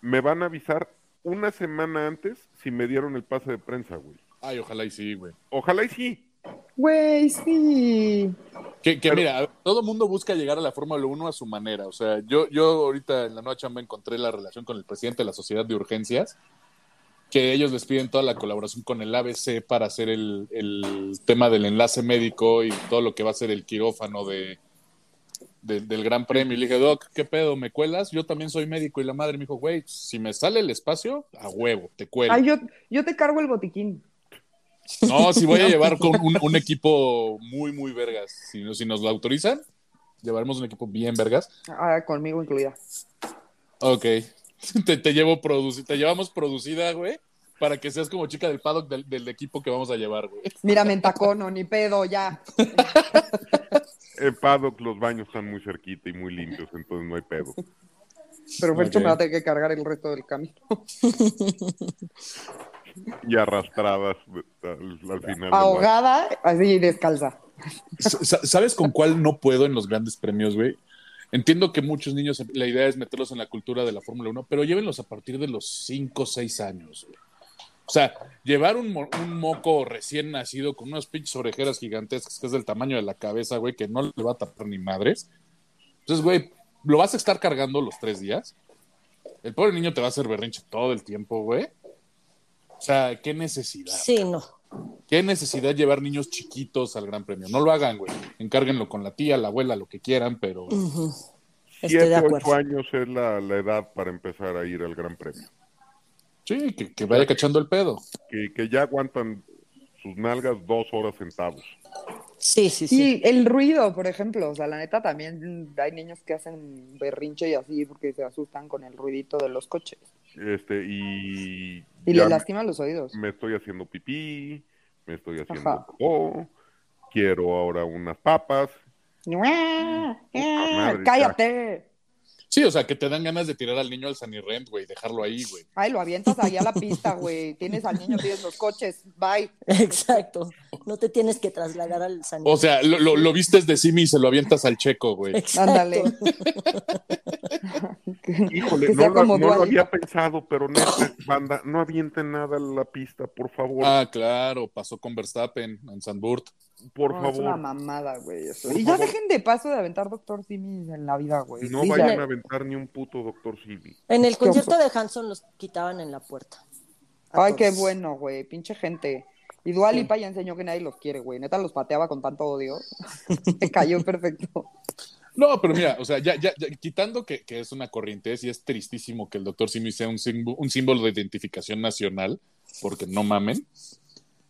Speaker 4: me van a avisar una semana antes si me dieron el pase de prensa, güey.
Speaker 3: Ay, ojalá y sí, güey.
Speaker 4: Ojalá y sí.
Speaker 1: Güey, sí.
Speaker 3: Que, que mira, todo mundo busca llegar a la Fórmula 1 a su manera. O sea, yo, yo ahorita en la nueva chamba encontré la relación con el presidente de la Sociedad de Urgencias, que ellos les piden toda la colaboración con el ABC para hacer el, el tema del enlace médico y todo lo que va a ser el quirófano de, de- del Gran Premio. Y le dije, Doc, ¿qué pedo? ¿Me cuelas? Yo también soy médico. Y la madre me dijo, güey, si me sale el espacio, a huevo, te cuelo.
Speaker 1: Ay, yo, yo te cargo el botiquín.
Speaker 3: No, si voy a llevar con un, un equipo muy, muy vergas. Si, no- si nos lo autorizan, llevaremos un equipo bien vergas.
Speaker 1: Ah, conmigo incluida.
Speaker 3: Ok. *laughs* Te, te llevo produci- te llevamos producida, güey, para que seas como chica del paddock del, del equipo que vamos a llevar, güey.
Speaker 1: Mírame en tacono, ni pedo, ya.
Speaker 4: En Paddock los baños están muy cerquita y muy limpios, entonces no hay pedo.
Speaker 1: Pero Fercho
Speaker 3: Ok.
Speaker 1: me va a tener que cargar el resto del camino.
Speaker 4: Y arrastradas al, al final. de
Speaker 1: Ahogada, así descalza.
Speaker 3: Sa- ¿Sabes con cuál no puedo en los grandes premios, güey? Entiendo que muchos niños, la idea es meterlos en la cultura de la Fórmula 1, pero llévenlos a partir de los 5 o 6 años, güey. O sea, llevar un, mo- un moco recién nacido con unas pinches orejeras gigantescas que es del tamaño de la cabeza, güey, que no le va a tapar ni madres. Entonces, güey, lo vas a estar cargando los tres días. El pobre niño te va a hacer berrinche todo el tiempo, güey. O sea, qué necesidad.
Speaker 2: Sí, no.
Speaker 3: ¿Qué necesidad llevar niños chiquitos al Gran Premio? No lo hagan, güey. Encárguenlo con la tía, la abuela, lo que quieran, pero
Speaker 2: Ujú. Estoy de
Speaker 4: Siete,
Speaker 2: acuerdo.
Speaker 4: ocho años es la, la edad para empezar a ir al Gran Premio.
Speaker 3: sí, que, que vaya cachando el pedo.
Speaker 4: Que, que ya aguantan sus nalgas dos horas sentados.
Speaker 2: Sí, sí, sí.
Speaker 1: Y el ruido, por ejemplo, o sea, la neta también mm, hay niños que hacen berrinche y así porque se asustan con el ruidito de los coches.
Speaker 4: Este, y.
Speaker 1: Y
Speaker 4: ya Mm.
Speaker 1: le lastima los oídos.
Speaker 4: Me estoy haciendo pipí, me estoy haciendo
Speaker 1: Ajá.
Speaker 4: popó, quiero ahora unas papas. madre,
Speaker 1: ¡Eh! ¡Cállate!
Speaker 3: Sí, o sea, que te dan ganas de tirar al niño al Sanirrent, güey, dejarlo ahí, güey.
Speaker 1: Ay, lo avientas ahí a la pista, güey. Tienes al niño, tienes los coches. Bye.
Speaker 2: *laughs* Exacto. No te tienes que trasladar al sanitario.
Speaker 3: O sea, lo, lo, lo vistes de Simi y se lo avientas al checo, güey.
Speaker 2: Exacto.
Speaker 1: Ándale. *laughs*
Speaker 4: Híjole,
Speaker 1: Que
Speaker 4: no,
Speaker 1: sea
Speaker 4: lo-
Speaker 1: como
Speaker 4: no lo
Speaker 1: Dua
Speaker 4: había pensado, pero neta, banda, no avienten nada a la pista, por favor,
Speaker 3: Ah, claro, pasó con Verstappen en Sandburg.
Speaker 4: por
Speaker 1: No, Es una
Speaker 4: favor.
Speaker 1: mamada, güey. eso.
Speaker 4: Por
Speaker 1: Y ya
Speaker 4: favor.
Speaker 1: dejen de paso de aventar Doctor Simi en la vida, güey.
Speaker 4: No
Speaker 1: Sí, ya.
Speaker 4: vayan a aventar ni un puto doctor Simi.
Speaker 2: En el concierto de Hanson los quitaban en la puerta. A
Speaker 1: Ay, qué
Speaker 2: todos.
Speaker 1: bueno, güey. Pinche gente. Y Dua Lipa ya enseñó que nadie los quiere, güey. Neta los pateaba con tanto odio. *laughs* Me cayó perfecto.
Speaker 3: No, pero mira, o sea, ya, ya, ya, quitando que, que es una corrientez y es tristísimo que el doctor Simi sea un, símbo- un símbolo de identificación nacional, porque no mamen.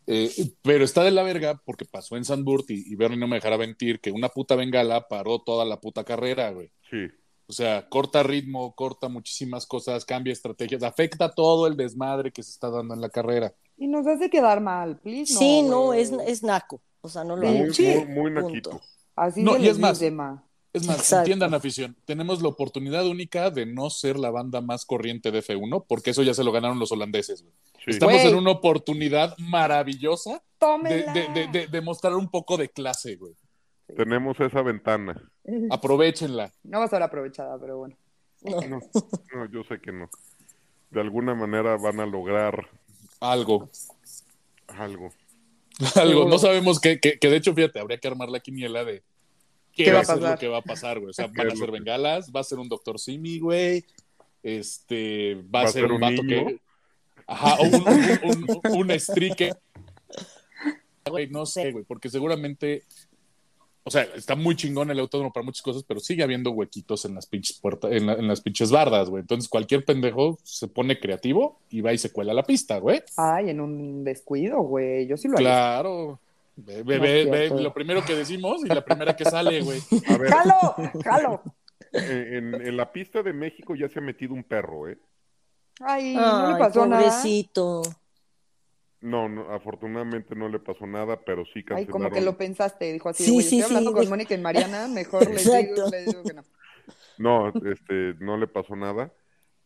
Speaker 3: Eh, pero está de la verga porque pasó en Sandburg y, y Bernie no me dejará mentir que una puta bengala paró toda la puta carrera, güey.
Speaker 4: Sí,
Speaker 3: O sea, corta ritmo, corta muchísimas cosas, cambia estrategias, afecta todo el desmadre que se está dando en la carrera.
Speaker 1: Y nos hace quedar mal, please.
Speaker 2: Sí, no,
Speaker 1: güey.
Speaker 2: es, es naco. O sea, no lo
Speaker 1: Sí.
Speaker 4: muy,
Speaker 2: hago.
Speaker 4: muy, muy
Speaker 2: Punto.
Speaker 4: naquito.
Speaker 1: Así
Speaker 3: No,
Speaker 1: se
Speaker 3: y
Speaker 1: les
Speaker 3: es más-
Speaker 1: dice, ma.
Speaker 3: Es más,
Speaker 2: Exacto.
Speaker 3: entiendan afición, tenemos la oportunidad única de no ser la banda más corriente de F1 porque eso ya se lo ganaron los holandeses. güey.
Speaker 4: Sí.
Speaker 3: Estamos
Speaker 1: Güey.
Speaker 3: en una oportunidad maravillosa de,
Speaker 1: ¡Tómenla!
Speaker 3: de, de- de- de mostrar un poco de clase, güey.
Speaker 4: Tenemos esa ventana.
Speaker 3: Aprovechenla.
Speaker 1: *laughs* No va a ser aprovechada, pero bueno.
Speaker 2: No.
Speaker 4: No, no, yo sé que no. De alguna manera van a lograr
Speaker 3: Algo,
Speaker 4: algo.
Speaker 3: algo. No sabemos qué, qué- que de hecho, fíjate, habría que armar la quiniela de qué,
Speaker 1: ¿Qué
Speaker 3: va
Speaker 1: va
Speaker 3: a ser
Speaker 1: a pasar?
Speaker 3: lo que va a pasar, güey. O *laughs* sea, van a
Speaker 4: es lo
Speaker 3: ser
Speaker 4: que-
Speaker 3: bengalas, va a ser un doctor Simi, güey. Este, va, a ser, un vato
Speaker 4: niño.
Speaker 3: que. Ajá, o un, *laughs* un, un- un strique. Güey, no sé, güey, porque seguramente. O sea, está muy chingón el autódromo para muchas cosas, pero sigue habiendo huequitos en las pinches puertas, en, la- en las pinches bardas, güey. Entonces cualquier pendejo se pone creativo y va y se cuela a la pista, güey.
Speaker 1: Ay, en un descuido, güey. Yo sí lo haría.
Speaker 3: Claro. Ve, ve,
Speaker 1: No
Speaker 3: ve,
Speaker 1: es cierto.
Speaker 3: ve lo primero que decimos y la primera que sale,
Speaker 1: *laughs*
Speaker 3: güey.
Speaker 4: A ver,
Speaker 1: ¡Jalo! ¡Jalo!
Speaker 4: en, en la pista de México ya se ha metido un perro, ¿eh?
Speaker 1: Ay, no
Speaker 2: Ay,
Speaker 1: le pasó nada.
Speaker 2: pobrecito.
Speaker 4: No, no, afortunadamente no le pasó nada, pero sí
Speaker 1: Ay,
Speaker 4: cancelaron.
Speaker 1: como que lo pensaste. Dijo así,
Speaker 2: Sí,
Speaker 1: güey,
Speaker 2: sí,
Speaker 1: estoy hablando
Speaker 2: sí,
Speaker 1: con
Speaker 2: de-
Speaker 1: Mónica y Mariana, mejor les digo,
Speaker 2: *laughs* Exacto.
Speaker 1: les digo que no.
Speaker 4: No, este, no le pasó nada,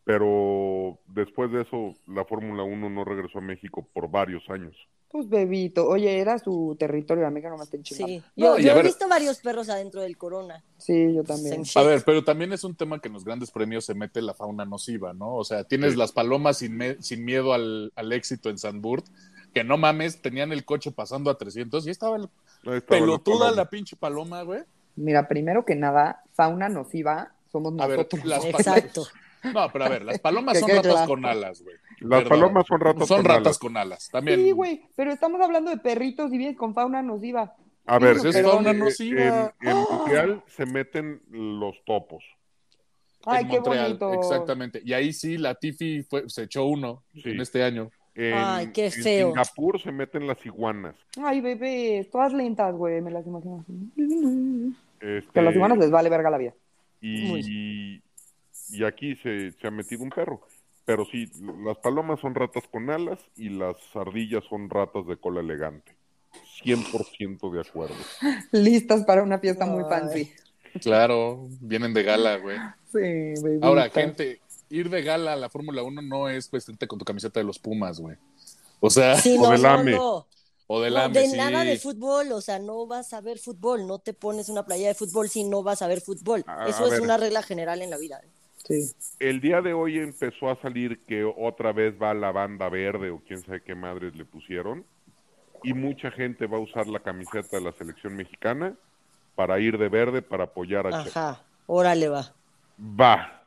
Speaker 4: pero después de eso la Fórmula 1 no regresó a México por varios años.
Speaker 1: Pues bebito, oye, era su territorio, a mí que no me estén chingando.
Speaker 2: Sí.
Speaker 3: No,
Speaker 2: Yo,
Speaker 3: y
Speaker 2: yo
Speaker 3: a
Speaker 2: he
Speaker 3: ver-
Speaker 2: visto varios perros adentro del corona.
Speaker 1: Sí, yo también.
Speaker 2: Same
Speaker 3: A
Speaker 2: shit.
Speaker 3: ver, pero también es un tema que en los grandes premios se mete la fauna nociva, ¿no? O sea, tienes
Speaker 4: Sí.
Speaker 3: las palomas sin, me- sin miedo al, al éxito en Sandburg, que no mames, tenían el coche pasando a 300 y estaba el
Speaker 4: Ahí estaba la
Speaker 3: pelotuda
Speaker 4: paloma.
Speaker 3: la pinche paloma, güey.
Speaker 1: Mira, primero que nada, fauna nociva somos
Speaker 3: A ver,
Speaker 1: nosotros. *laughs*
Speaker 3: las palomas.
Speaker 2: Exacto.
Speaker 3: No, pero a ver, las palomas
Speaker 1: Que
Speaker 3: son
Speaker 1: quede
Speaker 3: ratas
Speaker 1: claro.
Speaker 3: con alas, güey.
Speaker 4: Las
Speaker 3: Perdón.
Speaker 4: palomas son ratas.
Speaker 3: Son
Speaker 4: con
Speaker 3: ratas
Speaker 4: alas.
Speaker 3: con alas. También.
Speaker 1: Sí, güey, pero estamos hablando de perritos y bien con fauna nociva.
Speaker 4: A ver,
Speaker 1: Pues
Speaker 3: es
Speaker 4: en-
Speaker 3: fauna
Speaker 4: en-
Speaker 3: nociva.
Speaker 4: En, en Mundial se meten los topos.
Speaker 1: Ay,
Speaker 3: en
Speaker 1: qué
Speaker 3: Montreal,
Speaker 1: bonito.
Speaker 3: exactamente. Y ahí sí, la Tifi fue- se echó uno
Speaker 4: Sí.
Speaker 3: en este año.
Speaker 4: En,
Speaker 2: Ay, qué
Speaker 4: en
Speaker 2: feo.
Speaker 4: Singapur se meten las iguanas.
Speaker 1: Ay, bebés, todas lentas, güey, me las imagino.
Speaker 3: *laughs*
Speaker 1: así.
Speaker 4: Este,
Speaker 1: Que a las humanas les vale verga la vida.
Speaker 4: y, y aquí se, se ha metido un perro. Pero sí, las palomas son ratas con alas y las ardillas son ratas de cola elegante. 100% de acuerdo.
Speaker 1: Listas para una fiesta muy
Speaker 2: Ay.
Speaker 1: fancy.
Speaker 3: Claro, vienen de gala, güey.
Speaker 1: Sí, baby.
Speaker 3: Ahora, gente, ir de gala a la Fórmula 1 no es vestirte con tu camiseta de los Pumas, güey. O
Speaker 2: *laughs*
Speaker 3: sea,
Speaker 2: Sí,
Speaker 4: O
Speaker 2: no,
Speaker 4: del
Speaker 2: no,
Speaker 4: AME.
Speaker 2: no.
Speaker 3: o del
Speaker 2: No,
Speaker 3: AME,
Speaker 2: de
Speaker 3: sí.
Speaker 2: nada de fútbol, o sea, no vas a ver fútbol, no te pones una playa de fútbol si no vas a ver fútbol.
Speaker 4: A-
Speaker 2: Eso
Speaker 4: a
Speaker 2: es
Speaker 4: ver.
Speaker 2: una regla general en la vida. ¿eh?
Speaker 1: Sí.
Speaker 4: El día de hoy empezó a salir que otra vez va la banda verde o quién sabe qué madres le pusieron. Y mucha gente va a usar la camiseta de la selección mexicana para ir de verde, para apoyar a Che.
Speaker 2: Ajá, órale va.
Speaker 4: Va,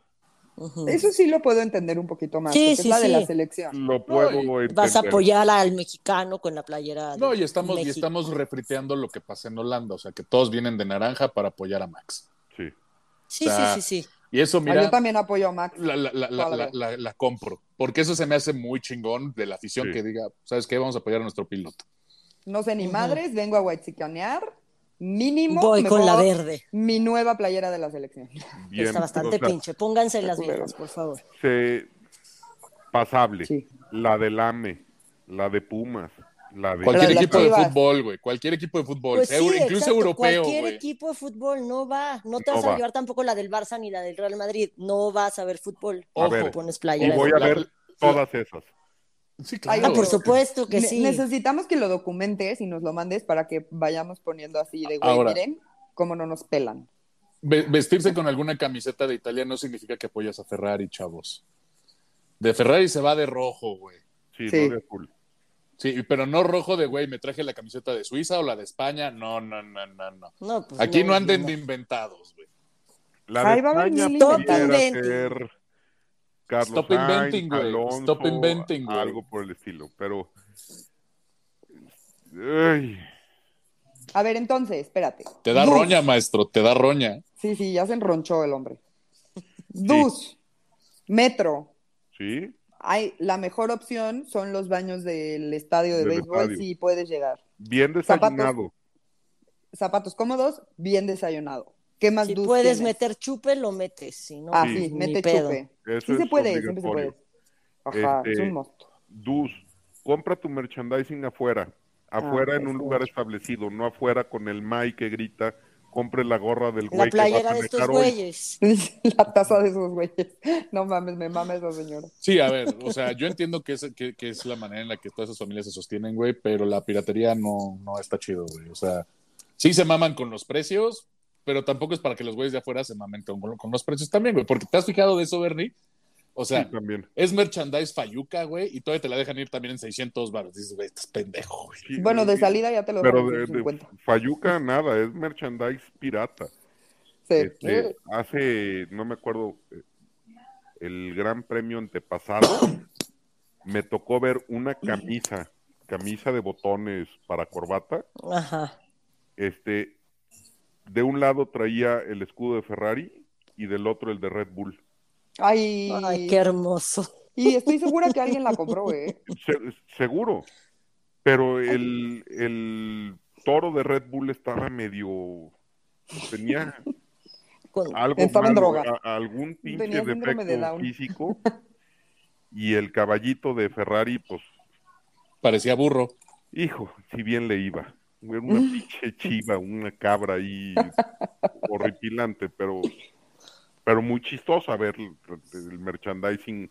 Speaker 2: Ujú.
Speaker 1: Eso sí lo puedo entender un poquito más,
Speaker 2: Sí,
Speaker 1: porque
Speaker 2: sí,
Speaker 1: es la de
Speaker 2: sí.
Speaker 1: la
Speaker 3: Mm,
Speaker 1: selección.
Speaker 4: lo puedo entender.
Speaker 2: Vas a apoyar al mexicano con la playera. de
Speaker 3: Este. No, y estamos, y
Speaker 2: México.
Speaker 3: estamos refriteando lo que pasa en Holanda, o sea, que todos vienen de naranja para apoyar a Max.
Speaker 4: Sí.
Speaker 2: Sí,
Speaker 3: o sea,
Speaker 2: sí, sí, sí.
Speaker 3: Y eso,
Speaker 1: Ah,
Speaker 3: mira,
Speaker 1: yo también apoyo a Max.
Speaker 3: la, la- la- la-
Speaker 1: Toda la
Speaker 3: la- la- la compro, porque eso se me hace muy chingón de la afición
Speaker 4: Sí.
Speaker 3: que diga, ¿sabes qué? Vamos a apoyar a nuestro piloto.
Speaker 1: No sé ni
Speaker 2: Ujú.
Speaker 1: madres, vengo a guachicanear. Mínimo.
Speaker 2: Voy
Speaker 1: me
Speaker 2: con la
Speaker 1: pongo
Speaker 2: verde.
Speaker 1: Mi nueva playera de la selección.
Speaker 4: Bien,
Speaker 2: Está bastante
Speaker 4: o sea,
Speaker 2: pinche. Pónganse las
Speaker 1: Pero-
Speaker 2: mismas, por favor.
Speaker 4: se, pasable.
Speaker 1: Sí.
Speaker 4: La del AME, la de Pumas, la de...
Speaker 3: Cualquier
Speaker 1: Pero las
Speaker 3: equipo de
Speaker 1: Chivas.
Speaker 3: fútbol, güey. Cualquier equipo de fútbol.
Speaker 2: Pues sí,
Speaker 3: Euro- incluso
Speaker 2: exacto,
Speaker 3: europeo,
Speaker 2: Cualquier
Speaker 3: güey.
Speaker 2: equipo de fútbol no va. No te
Speaker 4: No
Speaker 2: vas
Speaker 4: va.
Speaker 2: a llevar tampoco la del Barça ni la del Real Madrid. No vas a ver fútbol.
Speaker 4: A
Speaker 3: Ojo.
Speaker 4: ver,
Speaker 2: Pones
Speaker 4: Y
Speaker 2: playera.
Speaker 4: voy a
Speaker 3: La-
Speaker 4: ver todas esas.
Speaker 3: Sí,
Speaker 1: Ay,
Speaker 3: claro.
Speaker 2: Ah, por supuesto que
Speaker 1: Ne-
Speaker 2: sí.
Speaker 1: Necesitamos que lo documentes y nos lo mandes para que vayamos poniendo así de, güey,
Speaker 3: Ahora.
Speaker 1: miren cómo no nos pelan.
Speaker 3: Ve- Vestirse con alguna camiseta de Italia no significa que apoyas a Ferrari, chavos. De Ferrari se va de rojo, güey.
Speaker 4: Sí,
Speaker 1: Sí.
Speaker 4: no de azul.
Speaker 3: Sí, pero no rojo de, güey, me traje la camiseta de Suiza o la de España. No, no, no, no, no.
Speaker 2: No, pues
Speaker 3: Aquí no anden
Speaker 2: no.
Speaker 3: de inventados, güey.
Speaker 4: La
Speaker 1: Ahí
Speaker 4: de
Speaker 1: va a haber
Speaker 4: España
Speaker 1: mil
Speaker 4: pudiera
Speaker 2: inventados.
Speaker 4: ser Carlos
Speaker 3: Stop
Speaker 4: Sainz,
Speaker 3: inventing, güey.
Speaker 4: Alonso,
Speaker 3: Stop inventing, güey.
Speaker 4: algo por el estilo, pero... Ay,
Speaker 1: A ver, entonces, espérate.
Speaker 3: Te da
Speaker 1: Dus.
Speaker 3: roña, maestro, te da roña.
Speaker 1: Sí, sí, ya se enronchó el hombre. Dus, metro.
Speaker 4: ¿sí?
Speaker 1: Hay, la mejor opción son los baños del estadio de
Speaker 4: Del
Speaker 1: béisbol,
Speaker 4: estadio.
Speaker 1: si puedes llegar.
Speaker 4: Bien
Speaker 1: Zapatos.
Speaker 4: desayunado.
Speaker 1: Zapatos cómodos, bien desayunado. ¿Qué más
Speaker 2: Si
Speaker 1: dus
Speaker 2: puedes
Speaker 1: tienes?
Speaker 2: meter chupe, lo metes. Si no,
Speaker 1: Ah,
Speaker 2: pues,
Speaker 1: sí,
Speaker 2: ni
Speaker 1: mete
Speaker 2: pedo.
Speaker 1: chupe.
Speaker 4: Eso
Speaker 1: Sí se
Speaker 4: es
Speaker 1: puede, siempre se
Speaker 4: obligatorio.
Speaker 1: puede. Ajá, es
Speaker 4: Este,
Speaker 1: un mosto.
Speaker 4: Dus, compra tu merchandising afuera, afuera en
Speaker 1: pues,
Speaker 4: un
Speaker 1: sí.
Speaker 4: lugar establecido, no afuera con el Mai que grita, compre la gorra del
Speaker 2: La
Speaker 4: güey que va
Speaker 2: playera
Speaker 4: a
Speaker 2: de estos
Speaker 4: manejar hoy.
Speaker 2: güeyes.
Speaker 1: *laughs* La taza de esos güeyes. No mames, me mama esa señora.
Speaker 3: Sí, a ver, o sea, yo entiendo que es, que, que es la manera en la que todas esas familias se sostienen, güey, pero la piratería no, no está chido, güey. O sea, sí se maman con los precios, pero tampoco es para que los güeyes de afuera se mamen con, con los precios también, güey, porque te has fijado de eso, Bernie. O sea,
Speaker 4: Sí, también.
Speaker 3: es merchandise falluca, güey, y todavía te la dejan ir también en 600 baros. Dices, güey, estás pendejo, güey.
Speaker 4: Sí,
Speaker 1: Bueno, de
Speaker 4: sí,
Speaker 1: salida ya te lo
Speaker 4: Pero
Speaker 1: dejo
Speaker 4: de,
Speaker 1: en
Speaker 4: de
Speaker 1: 50.
Speaker 4: Fayuca nada, es merchandise pirata.
Speaker 1: Sí.
Speaker 4: Este, hace, no me acuerdo, eh, el gran premio antepasado, me tocó ver una camisa, camisa de botones para corbata,
Speaker 2: Ajá.
Speaker 4: este, de un lado traía el escudo de Ferrari y del otro el de Red Bull.
Speaker 1: Ay,
Speaker 2: Ay, qué hermoso.
Speaker 1: y estoy segura que alguien la compró, ¿eh?
Speaker 4: Se- seguro, pero el, el toro de Red Bull estaba medio,
Speaker 1: *laughs*
Speaker 4: tenía
Speaker 2: Con-
Speaker 3: Ah,
Speaker 4: algo
Speaker 1: Estaba en
Speaker 4: malo,
Speaker 1: droga.
Speaker 4: a- algún pinche
Speaker 1: Tenía síndrome
Speaker 4: defecto
Speaker 1: de Down.
Speaker 4: físico y el caballito de Ferrari, pues,
Speaker 3: Parecía burro.
Speaker 4: hijo, si bien le iba. Era
Speaker 1: *laughs*
Speaker 4: una pinche chiva, una cabra ahí horripilante, pero, pero muy chistosa ver el, el merchandising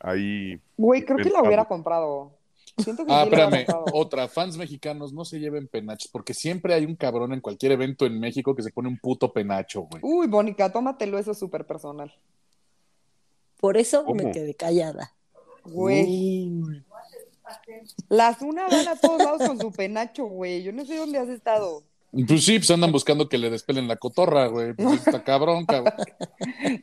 Speaker 4: ahí.
Speaker 1: Güey, creo que la
Speaker 4: Inventado.
Speaker 1: hubiera comprado. Siento que
Speaker 3: Ah,
Speaker 1: sí la hubiera
Speaker 3: espérame,
Speaker 1: comprado.
Speaker 3: otra, fans mexicanos, no se lleven penachos, porque siempre hay un cabrón en cualquier evento en México que se pone un puto penacho, güey.
Speaker 1: Uy, Bonica, tómatelo eso súper personal.
Speaker 2: Por eso
Speaker 4: ¿Cómo?
Speaker 2: me quedé callada.
Speaker 1: Güey, las una van a todos lados con su penacho, güey. Yo no sé dónde has estado.
Speaker 3: Pues sí, pues andan buscando que le despelen la cotorra, güey. Pues está cabrón, cabrón.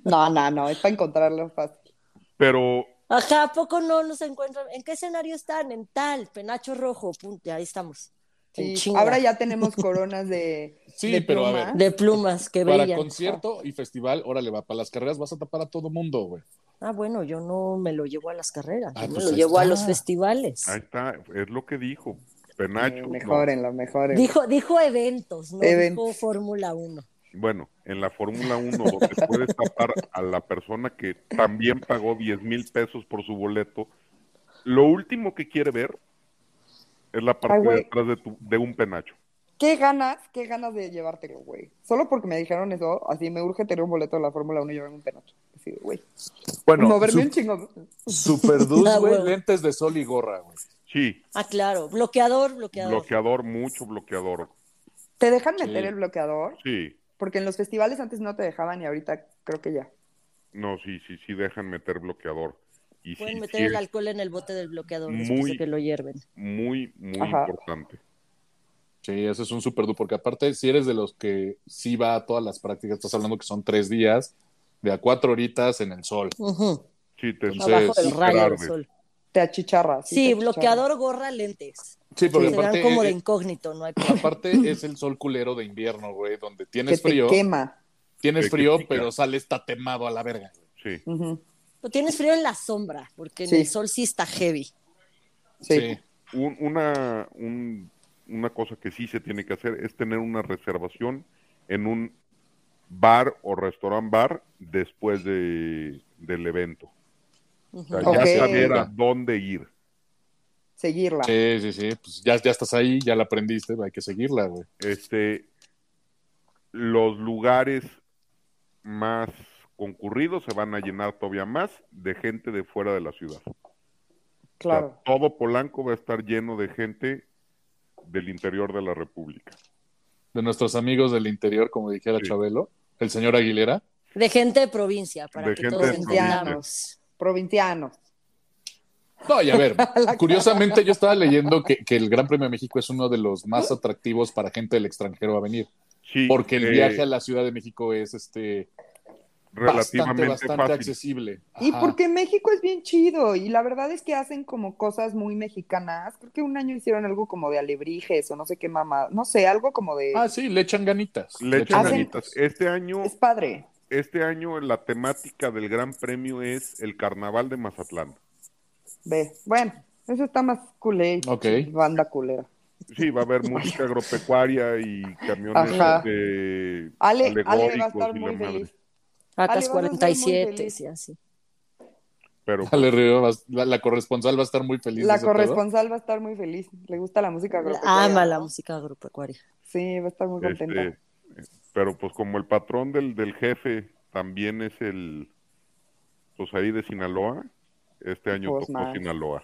Speaker 1: No, no, no, es para encontrarlo fácil.
Speaker 4: Pero
Speaker 2: Ajá, ¿a poco no nos encuentran? ¿En qué escenario están? En tal, penacho rojo, punto, ahí estamos. En
Speaker 1: Sí,
Speaker 2: chinga.
Speaker 1: ahora ya tenemos coronas de,
Speaker 3: Sí,
Speaker 1: de
Speaker 3: pero a
Speaker 1: pluma.
Speaker 3: ver.
Speaker 2: De plumas que
Speaker 3: Para
Speaker 2: brillan.
Speaker 3: concierto y festival, órale, va. Para las carreras vas a tapar a todo mundo, güey.
Speaker 2: Ah, bueno, yo no me lo llevo a las carreras,
Speaker 3: Ah,
Speaker 2: yo
Speaker 3: pues
Speaker 2: me lo
Speaker 3: ahí
Speaker 2: llevo a
Speaker 3: está.
Speaker 2: los festivales.
Speaker 4: ahí está, es lo que dijo. Penacho. no.
Speaker 1: Mejórenlo, mejórenlo.
Speaker 2: Dijo, dijo eventos, no
Speaker 1: Eventos.
Speaker 2: dijo Fórmula 1.
Speaker 4: Bueno, en la Fórmula 1 donde puedes tapar a la persona que también pagó 10 mil pesos por su boleto, lo último que quiere ver es la parte
Speaker 1: Ay,
Speaker 4: de
Speaker 1: güey.
Speaker 4: atrás de, tu- de un penacho.
Speaker 1: ¿Qué ganas? ¿Qué ganas de llevártelo, güey? Solo porque me dijeron eso, así me urge tener un boleto de la Fórmula 1 y llevarme un penacho. Así, de, güey. Moverme un chingo.
Speaker 2: Ah,
Speaker 3: Superduz, güey,
Speaker 2: güey.
Speaker 3: lentes de sol y gorra, güey.
Speaker 4: Sí,
Speaker 2: Ah, claro, bloqueador, bloqueador.
Speaker 4: bloqueador, mucho bloqueador.
Speaker 1: ¿Te dejan meter
Speaker 3: Sí.
Speaker 1: el bloqueador?
Speaker 4: Sí,
Speaker 1: Porque en los festivales antes no te dejaban y ahorita creo que ya.
Speaker 4: no, sí, sí, sí, dejan meter bloqueador. Y sí,
Speaker 2: Pueden meter
Speaker 4: sí
Speaker 2: el
Speaker 4: es
Speaker 2: alcohol en el bote del bloqueador después
Speaker 4: Muy-
Speaker 2: de que lo hierven.
Speaker 4: muy, muy
Speaker 1: Ajá.
Speaker 4: importante.
Speaker 3: Sí, ese es un superduz, porque aparte, si eres de los que sí va a todas las prácticas, estás hablando que son tres días de a cuatro horitas en el sol.
Speaker 2: Ujú,
Speaker 4: Sí, te
Speaker 3: Entonces,
Speaker 2: Abajo del
Speaker 3: sí,
Speaker 2: rayo del
Speaker 4: tarde.
Speaker 2: sol.
Speaker 1: Te achicharras.
Speaker 2: Sí,
Speaker 1: te achicharras.
Speaker 2: bloqueador, gorra, lentes.
Speaker 3: Sí, porque
Speaker 2: Se
Speaker 3: aparte,
Speaker 2: dan como de
Speaker 3: eh,
Speaker 2: incógnito, no hay problema.
Speaker 3: aparte es el sol culero de invierno, güey, donde
Speaker 1: Que
Speaker 3: tienes
Speaker 1: te
Speaker 3: frío,
Speaker 1: quema.
Speaker 3: tienes
Speaker 4: Que te
Speaker 3: frío,
Speaker 4: pica.
Speaker 3: pero sales tatemado a la verga.
Speaker 4: Sí,
Speaker 1: Ujú,
Speaker 2: Pero tienes frío en la sombra, porque
Speaker 1: Sí.
Speaker 2: en el sol sí está heavy.
Speaker 1: Sí.
Speaker 3: Sí.
Speaker 4: Un- una, un- una cosa que sí se tiene que hacer es tener una reservación en un bar o restaurant bar después de, del evento. O sea,
Speaker 1: Ujú. Ok.
Speaker 4: ya saber a dónde ir.
Speaker 1: Seguirla.
Speaker 3: Sí, sí, sí. Pues ya, ya estás ahí, ya la aprendiste, hay que seguirla, güey.
Speaker 4: Este, los lugares más concurridos se van a llenar todavía más de gente de fuera de la ciudad. O sea,
Speaker 1: Claro.
Speaker 4: todo Polanco va a estar lleno de gente del interior de la República.
Speaker 3: De nuestros amigos del interior, como dijera
Speaker 4: Sí.
Speaker 3: Chabelo, el señor Aguilera.
Speaker 2: De gente de provincia, para
Speaker 4: De
Speaker 2: que
Speaker 4: gente
Speaker 2: todos
Speaker 4: de
Speaker 2: entendamos.
Speaker 1: Provincianos.
Speaker 3: No, y a
Speaker 1: *laughs*
Speaker 3: ver, curiosamente yo estaba leyendo que, que el Gran Premio de México es uno de los más atractivos para gente del extranjero a venir,
Speaker 4: Sí,
Speaker 3: porque el
Speaker 4: eh,
Speaker 3: viaje a la Ciudad de México es este bastante,
Speaker 4: relativamente
Speaker 3: bastante
Speaker 4: fácil.
Speaker 3: accesible.
Speaker 1: Y
Speaker 3: Ajá.
Speaker 1: porque México es bien chido, y la verdad es que hacen como cosas muy mexicanas. Creo que un año hicieron algo como de alebrijes o no sé qué mamá, no sé, algo como de...
Speaker 3: Ah, sí, le echan ganitas.
Speaker 4: Le echan
Speaker 1: Hacen-
Speaker 3: *laughs*
Speaker 4: ganitas. Este año,
Speaker 1: Es padre.
Speaker 4: este año la temática del Gran Premio es el Carnaval de Mazatlán.
Speaker 1: Ve. Bueno, eso está más culé.
Speaker 3: Ok.
Speaker 1: Banda culera.
Speaker 4: Sí, va a
Speaker 1: *laughs*
Speaker 4: haber música agropecuaria y camiones
Speaker 1: Ajá.
Speaker 4: este,
Speaker 1: Ale, Ale va a
Speaker 4: alegóricos
Speaker 1: estar
Speaker 4: y
Speaker 1: muy
Speaker 4: la madre.
Speaker 1: feliz. Ale, vas
Speaker 2: Acas
Speaker 1: a ser muy
Speaker 2: 47,
Speaker 1: feliz.
Speaker 2: sí, así.
Speaker 4: Pero
Speaker 3: Ale Río va- la, la corresponsal va a estar muy feliz. de
Speaker 1: La
Speaker 3: ese pedo.
Speaker 1: corresponsal va a estar muy feliz. Le gusta la música agropecuaria.
Speaker 2: Ama la música agropecuaria.
Speaker 1: Sí, va a estar muy contenta.
Speaker 4: Este, pero pues como el patrón del, del jefe también es el, pues ahí de Sinaloa, este año
Speaker 1: Pues,
Speaker 4: tocó
Speaker 1: más.
Speaker 4: Sinaloa.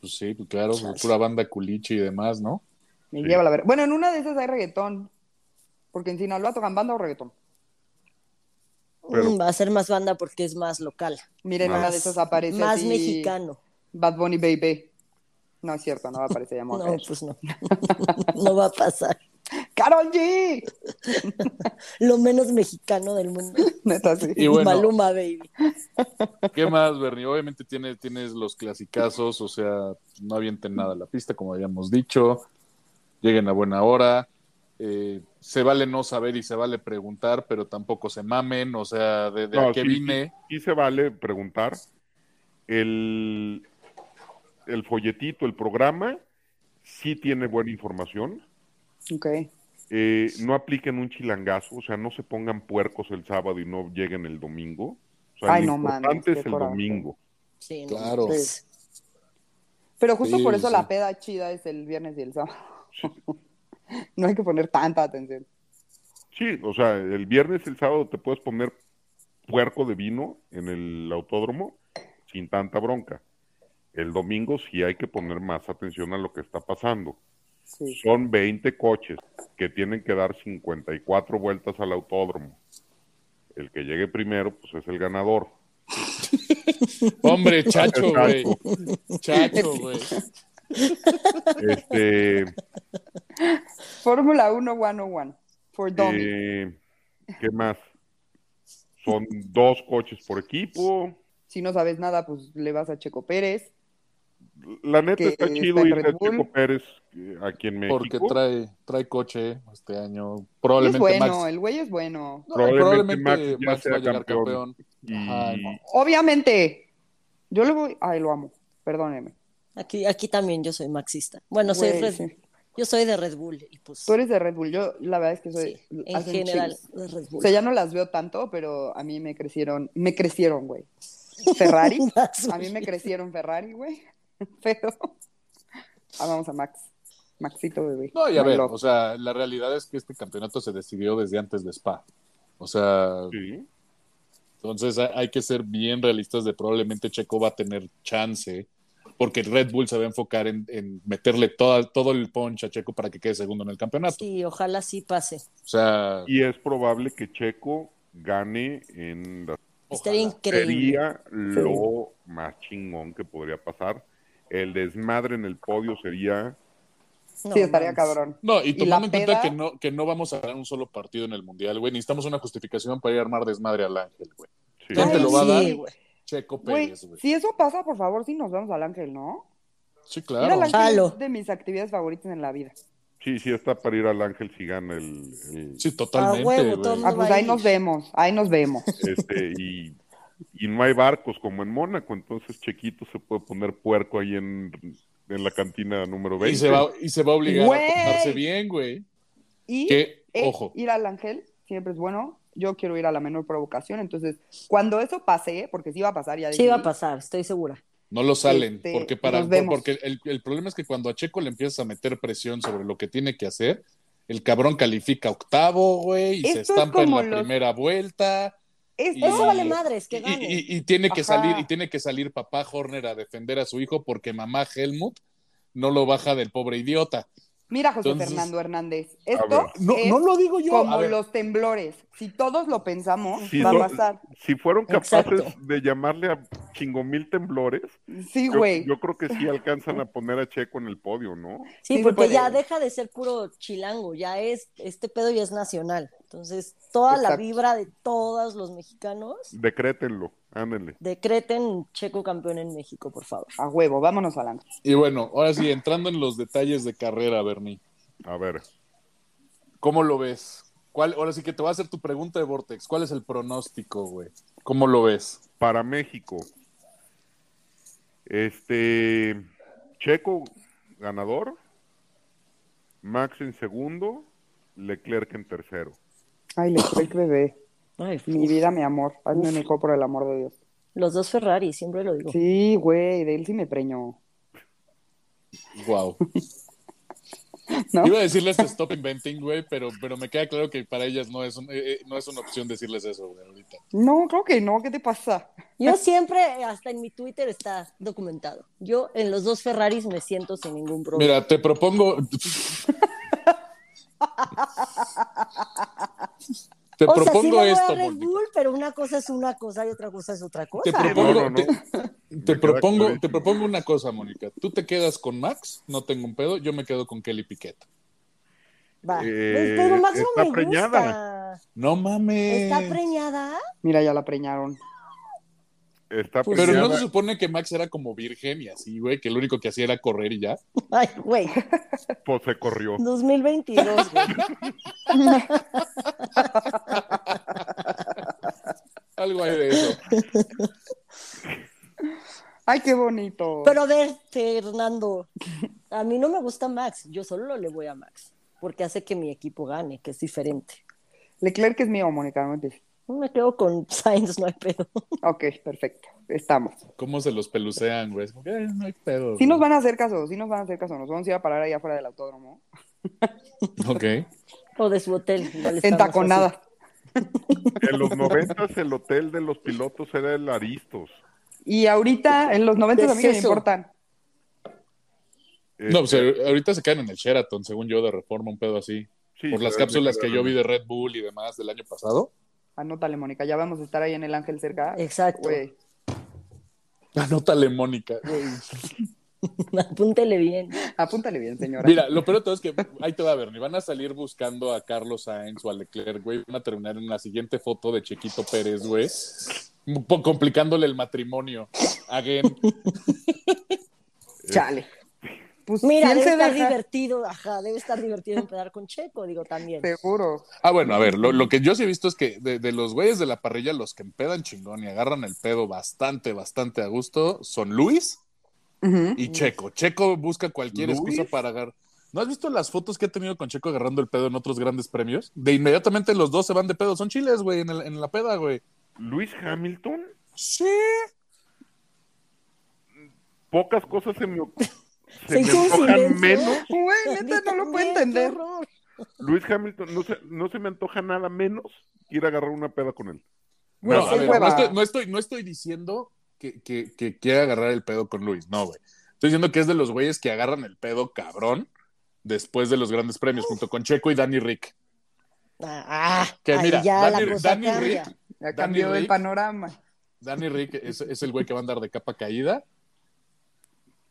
Speaker 3: Pues sí, pues claro, pura banda culichi y demás, ¿no?
Speaker 1: Me
Speaker 4: Sí.
Speaker 1: lleva la ver- Bueno, en una de esas hay reggaetón. Porque en Sinaloa tocan banda o reggaetón.
Speaker 4: Pero-
Speaker 2: Mm, Va a ser más banda porque es más local.
Speaker 1: Miren, en una
Speaker 2: más,
Speaker 1: de esas aparece
Speaker 2: Más
Speaker 1: así,
Speaker 2: mexicano.
Speaker 1: Bad Bunny Baby. No es cierto, no va a
Speaker 2: *laughs*
Speaker 1: aparecer llamado.
Speaker 2: No, pues no. no va a pasar.
Speaker 1: ¡Carol G! *laughs*
Speaker 2: Lo menos mexicano del mundo.
Speaker 1: Neta, sí.
Speaker 3: Y bueno.
Speaker 2: Maluma, baby.
Speaker 3: ¿Qué más, Bernie? Obviamente tienes, tienes los clasicazos, o sea, no avienten nada a la pista, como habíamos dicho. Lleguen a buena hora. eh, se vale no saber y se vale preguntar, pero tampoco se mamen, o sea, de, de
Speaker 4: No,
Speaker 3: a qué
Speaker 4: sí,
Speaker 3: vine.
Speaker 4: Y se vale preguntar el, el folletito, el programa, sí tiene buena información.
Speaker 1: Ok.
Speaker 4: Eh, no apliquen un chilangazo, o sea, no se pongan puercos el sábado y no lleguen el domingo. O sea,
Speaker 1: Ay,
Speaker 4: lo
Speaker 1: no mames,
Speaker 4: importante
Speaker 1: qué
Speaker 4: es el
Speaker 1: coraje.
Speaker 4: domingo.
Speaker 2: Sí, no,
Speaker 3: Claro.
Speaker 2: pues,
Speaker 1: Pero justo
Speaker 3: Sí,
Speaker 1: por eso
Speaker 3: sí.
Speaker 1: la peda chida es el viernes y el sábado. *laughs* no hay que poner tanta atención.
Speaker 4: Sí, o sea, el viernes y el sábado te puedes poner puerco de vino en el autódromo sin tanta bronca. El domingo sí hay que poner más atención a lo que está pasando.
Speaker 1: Sí.
Speaker 4: Son 20 coches que tienen que dar 54 vueltas al autódromo. El que llegue primero, pues es el ganador.
Speaker 3: Hombre,
Speaker 4: *laughs*
Speaker 3: chacho, güey.
Speaker 4: Exacto.
Speaker 3: Chacho, güey.
Speaker 1: *laughs*
Speaker 4: Este,
Speaker 1: Fórmula 1 101. For Dummies.
Speaker 4: eh, ¿Qué más? Son dos coches por equipo.
Speaker 1: Si no sabes nada, pues le vas a Checo Pérez.
Speaker 4: La neta
Speaker 1: Que
Speaker 4: está
Speaker 1: está
Speaker 4: chido
Speaker 1: en
Speaker 4: ir
Speaker 1: Red
Speaker 4: de Checo
Speaker 1: Bull.
Speaker 4: Pérez eh, aquí en México.
Speaker 3: Porque trae, trae coche este año.
Speaker 1: Y Es
Speaker 3: Probablemente
Speaker 1: bueno,
Speaker 3: Max.
Speaker 1: el güey es bueno.
Speaker 3: No,
Speaker 4: probablemente
Speaker 3: probablemente
Speaker 4: Max
Speaker 3: Max,
Speaker 4: ya sea
Speaker 3: va a llegar
Speaker 4: campeón.
Speaker 3: campeón.
Speaker 4: Y
Speaker 3: Ajá, no.
Speaker 1: Obviamente. Yo le voy. Ay, lo amo. Perdóneme.
Speaker 2: aquí, aquí también yo soy maxista. Bueno, soy
Speaker 1: Güey,
Speaker 2: Red-
Speaker 1: sí.
Speaker 2: yo soy de Red Bull y pues
Speaker 1: Tú eres de Red Bull. Yo, la verdad es que soy.
Speaker 2: sí, en
Speaker 1: hacen
Speaker 2: general
Speaker 1: chiles.
Speaker 2: de Red
Speaker 1: O
Speaker 2: Bull.
Speaker 1: sea, ya no las veo tanto, pero a mí me crecieron. Me crecieron, güey. Ferrari.
Speaker 2: *laughs* Más
Speaker 1: A mí me crecieron Ferrari, güey. *laughs* Pero amamos a Max. Maxito, bebé.
Speaker 3: No, y a
Speaker 1: My
Speaker 3: ver,
Speaker 1: love.
Speaker 3: o sea, la realidad es que este campeonato se decidió desde antes de Spa. O sea,
Speaker 4: sí,
Speaker 3: Entonces hay hay que ser bien realistas de probablemente Checo va a tener chance, porque Red Bull se va a enfocar en, en meterle toda, todo el punch a Checo para que quede segundo en el campeonato.
Speaker 2: Sí, ojalá sí pase.
Speaker 3: O sea,
Speaker 4: y es probable que Checo gane en la
Speaker 2: Estaría
Speaker 3: ojalá.
Speaker 2: increíble.
Speaker 4: sería lo más chingón que podría pasar. El desmadre en el podio sería
Speaker 2: No,
Speaker 1: sí, estaría
Speaker 2: mames.
Speaker 1: cabrón.
Speaker 3: No, y
Speaker 1: Y la
Speaker 3: tomando en
Speaker 1: peda-
Speaker 3: cuenta que no, que no vamos a ganar un solo partido en el Mundial, güey, necesitamos una justificación para ir a armar desmadre al Ángel, güey.
Speaker 4: sí,
Speaker 3: ¿Quién te
Speaker 2: Ay,
Speaker 3: lo va a dar?
Speaker 2: sí, güey.
Speaker 3: Checo
Speaker 1: Güey,
Speaker 3: Pérez, güey. Sí,
Speaker 1: si eso pasa, por favor, sí nos vamos al ángel, ¿no? Ir
Speaker 3: claro.
Speaker 1: al ángel
Speaker 2: Jalo.
Speaker 1: es de mis actividades favoritas en la vida.
Speaker 4: sí, sí está para ir al Ángel si gana el, el-
Speaker 3: Sí,
Speaker 2: A
Speaker 3: totalmente,
Speaker 2: huevo,
Speaker 3: güey.
Speaker 2: todo el mundo
Speaker 1: Ah, pues
Speaker 2: va a
Speaker 1: ahí
Speaker 2: ir.
Speaker 1: nos vemos, ahí nos
Speaker 3: *laughs*
Speaker 1: vemos.
Speaker 4: este y, y no hay barcos como en Mónaco, entonces Chequito se puede poner puerco ahí en, en la cantina número 20.
Speaker 3: Y se, va, y se va a obligar
Speaker 1: Güey.
Speaker 3: a portarse bien, güey.
Speaker 1: Y
Speaker 3: Que,
Speaker 1: eh,
Speaker 3: ojo,
Speaker 1: ir al ángel siempre es bueno. yo quiero ir a la menor provocación. Entonces, cuando eso pase, porque sí va a pasar, ya
Speaker 2: Sí va a
Speaker 1: decidí,
Speaker 2: pasar, estoy segura.
Speaker 3: No lo salen,
Speaker 1: Este,
Speaker 3: porque para
Speaker 1: nos vemos.
Speaker 3: porque el, el problema es que cuando a Checo le empiezas a meter presión sobre lo que tiene que hacer, el cabrón califica octavo, güey, y se
Speaker 1: Esto es
Speaker 3: estampa en
Speaker 1: como
Speaker 3: la
Speaker 1: los-
Speaker 3: primera vuelta,
Speaker 1: es-
Speaker 3: Y-
Speaker 1: es-
Speaker 2: Eso vale madres,
Speaker 3: y,
Speaker 2: que gane.
Speaker 3: y- y- y tiene que
Speaker 1: Ajá.
Speaker 3: salir, y tiene que salir papá Horner a defender a su hijo porque mamá Helmut no lo baja del pobre idiota.
Speaker 1: mira, José
Speaker 3: Entonces-
Speaker 1: Fernando Hernández,
Speaker 4: A
Speaker 1: esto
Speaker 4: ver.
Speaker 3: No,
Speaker 1: es
Speaker 3: no lo digo yo.
Speaker 1: como
Speaker 3: A ver,
Speaker 1: los temblores. Si todos lo pensamos,
Speaker 4: Sí,
Speaker 1: va
Speaker 4: no-
Speaker 1: a pasar.
Speaker 4: Si fueron capaces
Speaker 2: Exacto.
Speaker 4: de llamarle a chingo mil temblores,
Speaker 1: Sí,
Speaker 4: yo,
Speaker 1: güey.
Speaker 4: yo creo que sí alcanzan a poner a Checo en el podio, ¿no?
Speaker 1: sí
Speaker 2: Sí,
Speaker 1: se
Speaker 2: porque
Speaker 1: puede.
Speaker 2: ya deja de ser puro chilango, ya es, este pedo ya es nacional. Entonces, toda la
Speaker 1: Exacto.
Speaker 2: vibra de todos los mexicanos,
Speaker 4: Decrétenlo, ándele.
Speaker 2: decreten Checo campeón en México, por favor.
Speaker 1: A huevo, vámonos adelante.
Speaker 3: Y bueno, ahora sí, entrando en los detalles de carrera, Bernie,
Speaker 4: A ver,
Speaker 3: ¿cómo lo ves? ¿Cuál, ahora sí que te voy a hacer tu pregunta de Vortex. ¿Cuál es el pronóstico, güey? ¿Cómo lo ves?
Speaker 4: para México, este Checo ganador, Max en segundo, Leclerc en tercero.
Speaker 1: Ay, le fue el bebé.
Speaker 2: Ay,
Speaker 1: Mi
Speaker 2: uf.
Speaker 1: vida, mi amor. Hazme un hijo por el amor de Dios.
Speaker 2: los dos Ferrari, siempre lo digo.
Speaker 1: Sí, güey, de él sí me preñó.
Speaker 2: *laughs*
Speaker 3: Wow.
Speaker 1: ¿No?
Speaker 3: Iba a decirles stop inventing, güey, pero, pero me queda claro que para ellas no es, un- eh, eh, no es una opción decirles eso, güey, ahorita.
Speaker 1: No, creo que no. ¿Qué te pasa?
Speaker 2: Yo siempre, hasta en mi Twitter está documentado. Yo en los dos Ferraris me siento sin ningún problema.
Speaker 3: Mira, te
Speaker 2: *laughs*
Speaker 3: propongo. Te
Speaker 2: o sea, sí le
Speaker 3: propongo
Speaker 2: voy a
Speaker 3: esto,
Speaker 2: Red
Speaker 3: Mónica.
Speaker 2: Bull, pero una cosa es una cosa y otra cosa es otra cosa.
Speaker 3: Te propongo,
Speaker 4: No, no, no.
Speaker 3: te-
Speaker 4: Me
Speaker 3: te
Speaker 4: queda
Speaker 3: propongo, te
Speaker 4: clarísimo.
Speaker 3: propongo una cosa, Mónica. Tú te quedas con Max, no tengo un pedo, yo me quedo con Kelly Piquet.
Speaker 2: Va.
Speaker 4: Eh,
Speaker 2: Pues, pero Max
Speaker 4: está
Speaker 2: no me
Speaker 4: preñada.
Speaker 2: gusta.
Speaker 3: No mames.
Speaker 1: Eh.
Speaker 2: ¿Está preñada? *laughs*
Speaker 1: Mira, ya la preñaron.
Speaker 3: Pero
Speaker 4: Está
Speaker 3: Pues no
Speaker 4: peleada.
Speaker 3: se supone que Max era como virgen y así, güey, que lo único que hacía era correr y ya.
Speaker 2: Ay,
Speaker 3: *laughs*
Speaker 2: güey.
Speaker 4: Pues se corrió.
Speaker 2: 2022, güey.
Speaker 3: Algo hay de eso.
Speaker 1: Ay, qué bonito.
Speaker 2: Pero a ver, Fernando, a mí no me gusta Max, yo solo le voy a Max, porque hace que mi equipo gane, que es diferente.
Speaker 1: Leclerc es mío, Mónica, no entiendes.
Speaker 2: Me quedo con *laughs* Sainz, no hay pedo.
Speaker 1: Ok, perfecto. Estamos.
Speaker 3: ¿Cómo se los pelucean, güey? Es como que, "Eh, no hay pedo.
Speaker 1: Sí
Speaker 3: güey".
Speaker 1: nos van a hacer caso, sí nos van a hacer caso. Nos vamos a ir a parar allá afuera del autódromo.
Speaker 3: Ok.
Speaker 2: O de su hotel. igual
Speaker 1: En
Speaker 2: estamos así.
Speaker 1: taconada.
Speaker 4: En los noventas el hotel de los pilotos era el Aristos.
Speaker 1: Y ahorita, en los 90
Speaker 2: ¿Qué
Speaker 1: a mí que me
Speaker 2: es eso?
Speaker 1: importan.
Speaker 3: No,
Speaker 4: Este,
Speaker 3: pues ahor- ahorita se quedan en el Sheraton, según yo, de reforma, un pedo así.
Speaker 4: sí,
Speaker 3: por las
Speaker 4: se debe
Speaker 3: cápsulas que
Speaker 4: quedar
Speaker 3: yo
Speaker 4: en-
Speaker 3: vi de Red Bull y demás del año pasado.
Speaker 1: Anótale, Mónica, ya vamos a estar ahí en el Ángel cerca.
Speaker 2: Exacto.
Speaker 1: Güey.
Speaker 3: Anótale, Mónica. güey.
Speaker 2: *laughs* Apúntele bien.
Speaker 1: Apúntale bien, señora.
Speaker 3: Mira, lo peor de todo es que ahí te va a ver, ni van a salir buscando a Carlos Sainz o a Leclerc, güey. Van a terminar en la siguiente foto de Chiquito Pérez, güey. Un poco Complicándole el matrimonio. Again. eh.
Speaker 1: Chale. Pues si
Speaker 2: Mira,
Speaker 1: él
Speaker 2: debe
Speaker 1: se
Speaker 2: estar
Speaker 1: deja,
Speaker 2: divertido, ajá, debe estar divertido empezar con Checo, digo también.
Speaker 1: Seguro.
Speaker 3: Ah, bueno, a ver, lo, lo que yo sí he visto es que de, de los güeyes de la parrilla, los que empedan chingón y agarran el pedo bastante, bastante a gusto, son Luis
Speaker 1: Ujú.
Speaker 3: y Checo. Checo busca cualquier
Speaker 4: ¿Luis?
Speaker 3: excusa para agarrar. ¿No has visto las fotos que ha tenido con Checo agarrando el pedo en otros grandes premios? De inmediatamente los dos se van de pedo. Son chiles, güey, en, el- en la peda, güey.
Speaker 4: Luis Hamilton,
Speaker 3: Sí.
Speaker 4: pocas cosas se me, se
Speaker 2: Se
Speaker 4: me
Speaker 2: hizo un
Speaker 4: antojan
Speaker 2: silencio.
Speaker 4: menos.
Speaker 1: Güey,
Speaker 2: *laughs* A mí
Speaker 1: neta, no lo puedo
Speaker 2: también, qué
Speaker 1: entender.
Speaker 2: horror.
Speaker 4: Luis Hamilton, no se, no se me antoja nada menos que ir a agarrar una peda con él.
Speaker 3: No,
Speaker 1: Güey,
Speaker 3: a
Speaker 1: qué
Speaker 3: ver, no
Speaker 1: hueva.
Speaker 3: estoy, no estoy- no estoy diciendo que, que, que quiera agarrar el pedo con Luis, no, güey. Estoy diciendo que es de los güeyes que agarran el pedo cabrón después de los grandes premios, junto con Checo y Danny Rick.
Speaker 2: Ah, ah,
Speaker 3: Que
Speaker 2: ahí
Speaker 3: mira,
Speaker 2: ya
Speaker 3: Danny-
Speaker 2: la cosa
Speaker 3: Danny
Speaker 2: cambia.
Speaker 3: Rick-
Speaker 1: Ya
Speaker 3: Dani
Speaker 1: cambió el
Speaker 3: Rick.
Speaker 1: panorama.
Speaker 3: Danny Rick es, es el güey que va a andar de capa caída.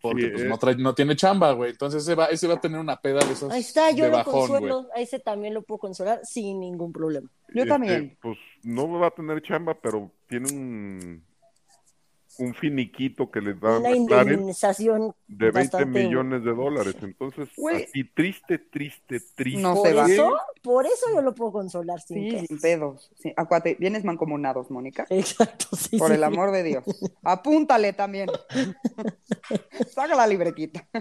Speaker 3: Porque
Speaker 4: Sí,
Speaker 3: pues,
Speaker 4: eh.
Speaker 3: no, trae- no tiene chamba, güey. Entonces ese va, ese va a tener una peda de esas
Speaker 2: Ahí está, yo
Speaker 3: de
Speaker 2: lo
Speaker 3: bajón, güey.
Speaker 2: consuelo, a ese también lo puedo consolar sin ningún problema.
Speaker 1: Yo
Speaker 4: Este,
Speaker 1: también.
Speaker 4: Pues no va a tener chamba, pero tiene un, un finiquito que les
Speaker 3: Ah,
Speaker 4: da
Speaker 2: Una
Speaker 3: pues,
Speaker 4: McLaren
Speaker 2: indemnización
Speaker 4: de 20
Speaker 2: bastante-
Speaker 4: millones de dólares. Entonces,
Speaker 1: Güey.
Speaker 4: así triste, triste, triste.
Speaker 1: No
Speaker 2: por
Speaker 1: se va.
Speaker 2: eso, por eso yo lo puedo consolar sin
Speaker 1: Sí,
Speaker 2: pedos. *laughs*
Speaker 1: sin pedos. Sí. Acuate, vienes mancomunados, Mónica.
Speaker 2: Exacto, sí.
Speaker 1: Por
Speaker 2: sí.
Speaker 1: el amor de Dios.
Speaker 2: *laughs*
Speaker 1: Apúntale también. Saca la libretita. No,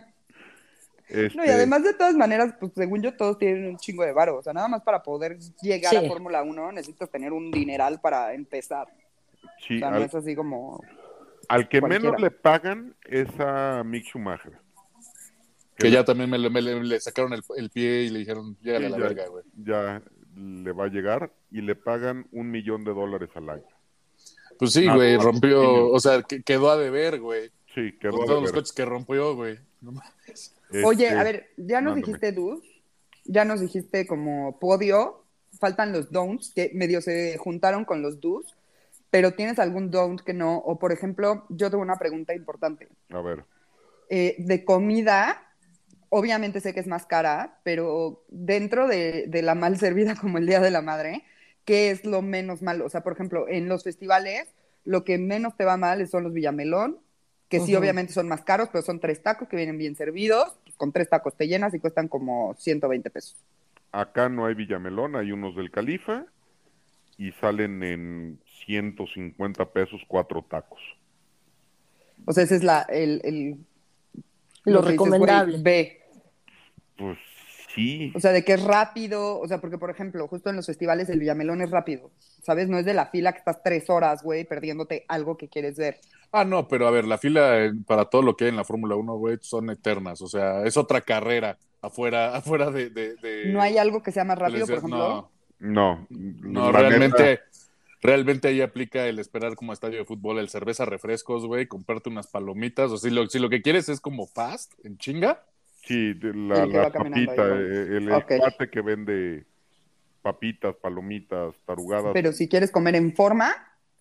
Speaker 1: y
Speaker 4: Este,
Speaker 1: además de todas maneras, pues según yo todos tienen un chingo de varo, o sea, nada más para poder llegar
Speaker 2: Sí.
Speaker 1: a Fórmula 1 necesitas tener un dineral para empezar.
Speaker 4: sí,
Speaker 1: o sea, no
Speaker 4: al,
Speaker 1: es así como
Speaker 4: al que menos
Speaker 1: cualquiera.
Speaker 4: le pagan es a Mick Schumacher.
Speaker 3: Que ya también me, le- me le- le sacaron el, el pie y le dijeron,
Speaker 4: Sí,
Speaker 3: llégale a la
Speaker 4: ya-
Speaker 3: verga, güey.
Speaker 4: ya le va a llegar y le pagan un millón de dólares al año.
Speaker 3: Pues sí,
Speaker 4: Ah,
Speaker 3: güey,
Speaker 4: no,
Speaker 3: rompió,
Speaker 4: sí.
Speaker 3: o sea, que- quedó a deber, güey.
Speaker 4: Sí, que
Speaker 3: Con todos los coches que rompió, güey. No mames.
Speaker 1: Oye, a ver, ya nos
Speaker 4: Este, mándame.
Speaker 1: dijiste dos, ya nos dijiste como podio, faltan los don'ts, que medio se juntaron con los do's, pero ¿tienes algún don't que no? O por ejemplo, yo tengo una pregunta importante.
Speaker 4: A ver,
Speaker 1: Eh, de comida, obviamente sé que es más cara, pero dentro de, de la mal servida *laughs* como el Día de la Madre, ¿qué es lo menos malo? O sea, por ejemplo, en los festivales, lo que menos te va mal son los Villamelón, que sí,
Speaker 2: Ujú.
Speaker 1: obviamente son más caros, pero son tres tacos que vienen bien servidos, pues, con tres tacos te llenas y cuestan como 120 pesos.
Speaker 4: acá no hay Villamelón, hay unos del Califa y salen en 150 pesos cuatro tacos.
Speaker 1: O sea, ese es la, el, el-
Speaker 2: Lo
Speaker 1: que dices, güey,
Speaker 2: recomendable.
Speaker 1: ve.
Speaker 4: Pues sí,
Speaker 1: O sea, de que es rápido, o sea, porque por ejemplo, justo en los festivales el Villamelón es rápido, ¿sabes? No es de la fila que estás tres horas, güey, perdiéndote algo que quieres ver.
Speaker 3: Ah, no, pero a ver, la fila eh, para todo lo que hay en la Fórmula 1, güey, son eternas. O sea, es otra carrera afuera, *laughs* afuera de... de- de-
Speaker 1: No hay algo que sea más
Speaker 3: de la
Speaker 1: rápido, por
Speaker 3: ciudad.
Speaker 1: ejemplo.
Speaker 3: No,
Speaker 4: no.
Speaker 1: Pues,
Speaker 3: no,
Speaker 4: la neta,
Speaker 3: realmente,
Speaker 1: ah.
Speaker 3: realmente ahí aplica el esperar como estadio de fútbol, el cerveza, refrescos, güey, comprarte unas palomitas. O si lo, si lo que quieres es como fast, en chinga.
Speaker 4: sí, de la,
Speaker 1: El que
Speaker 4: la
Speaker 1: va caminando
Speaker 4: papita,
Speaker 1: ahí,
Speaker 4: eh, el, el
Speaker 1: Ok.
Speaker 4: cuate que vende papitas, palomitas, tarugadas.
Speaker 1: Pero si quieres comer en forma,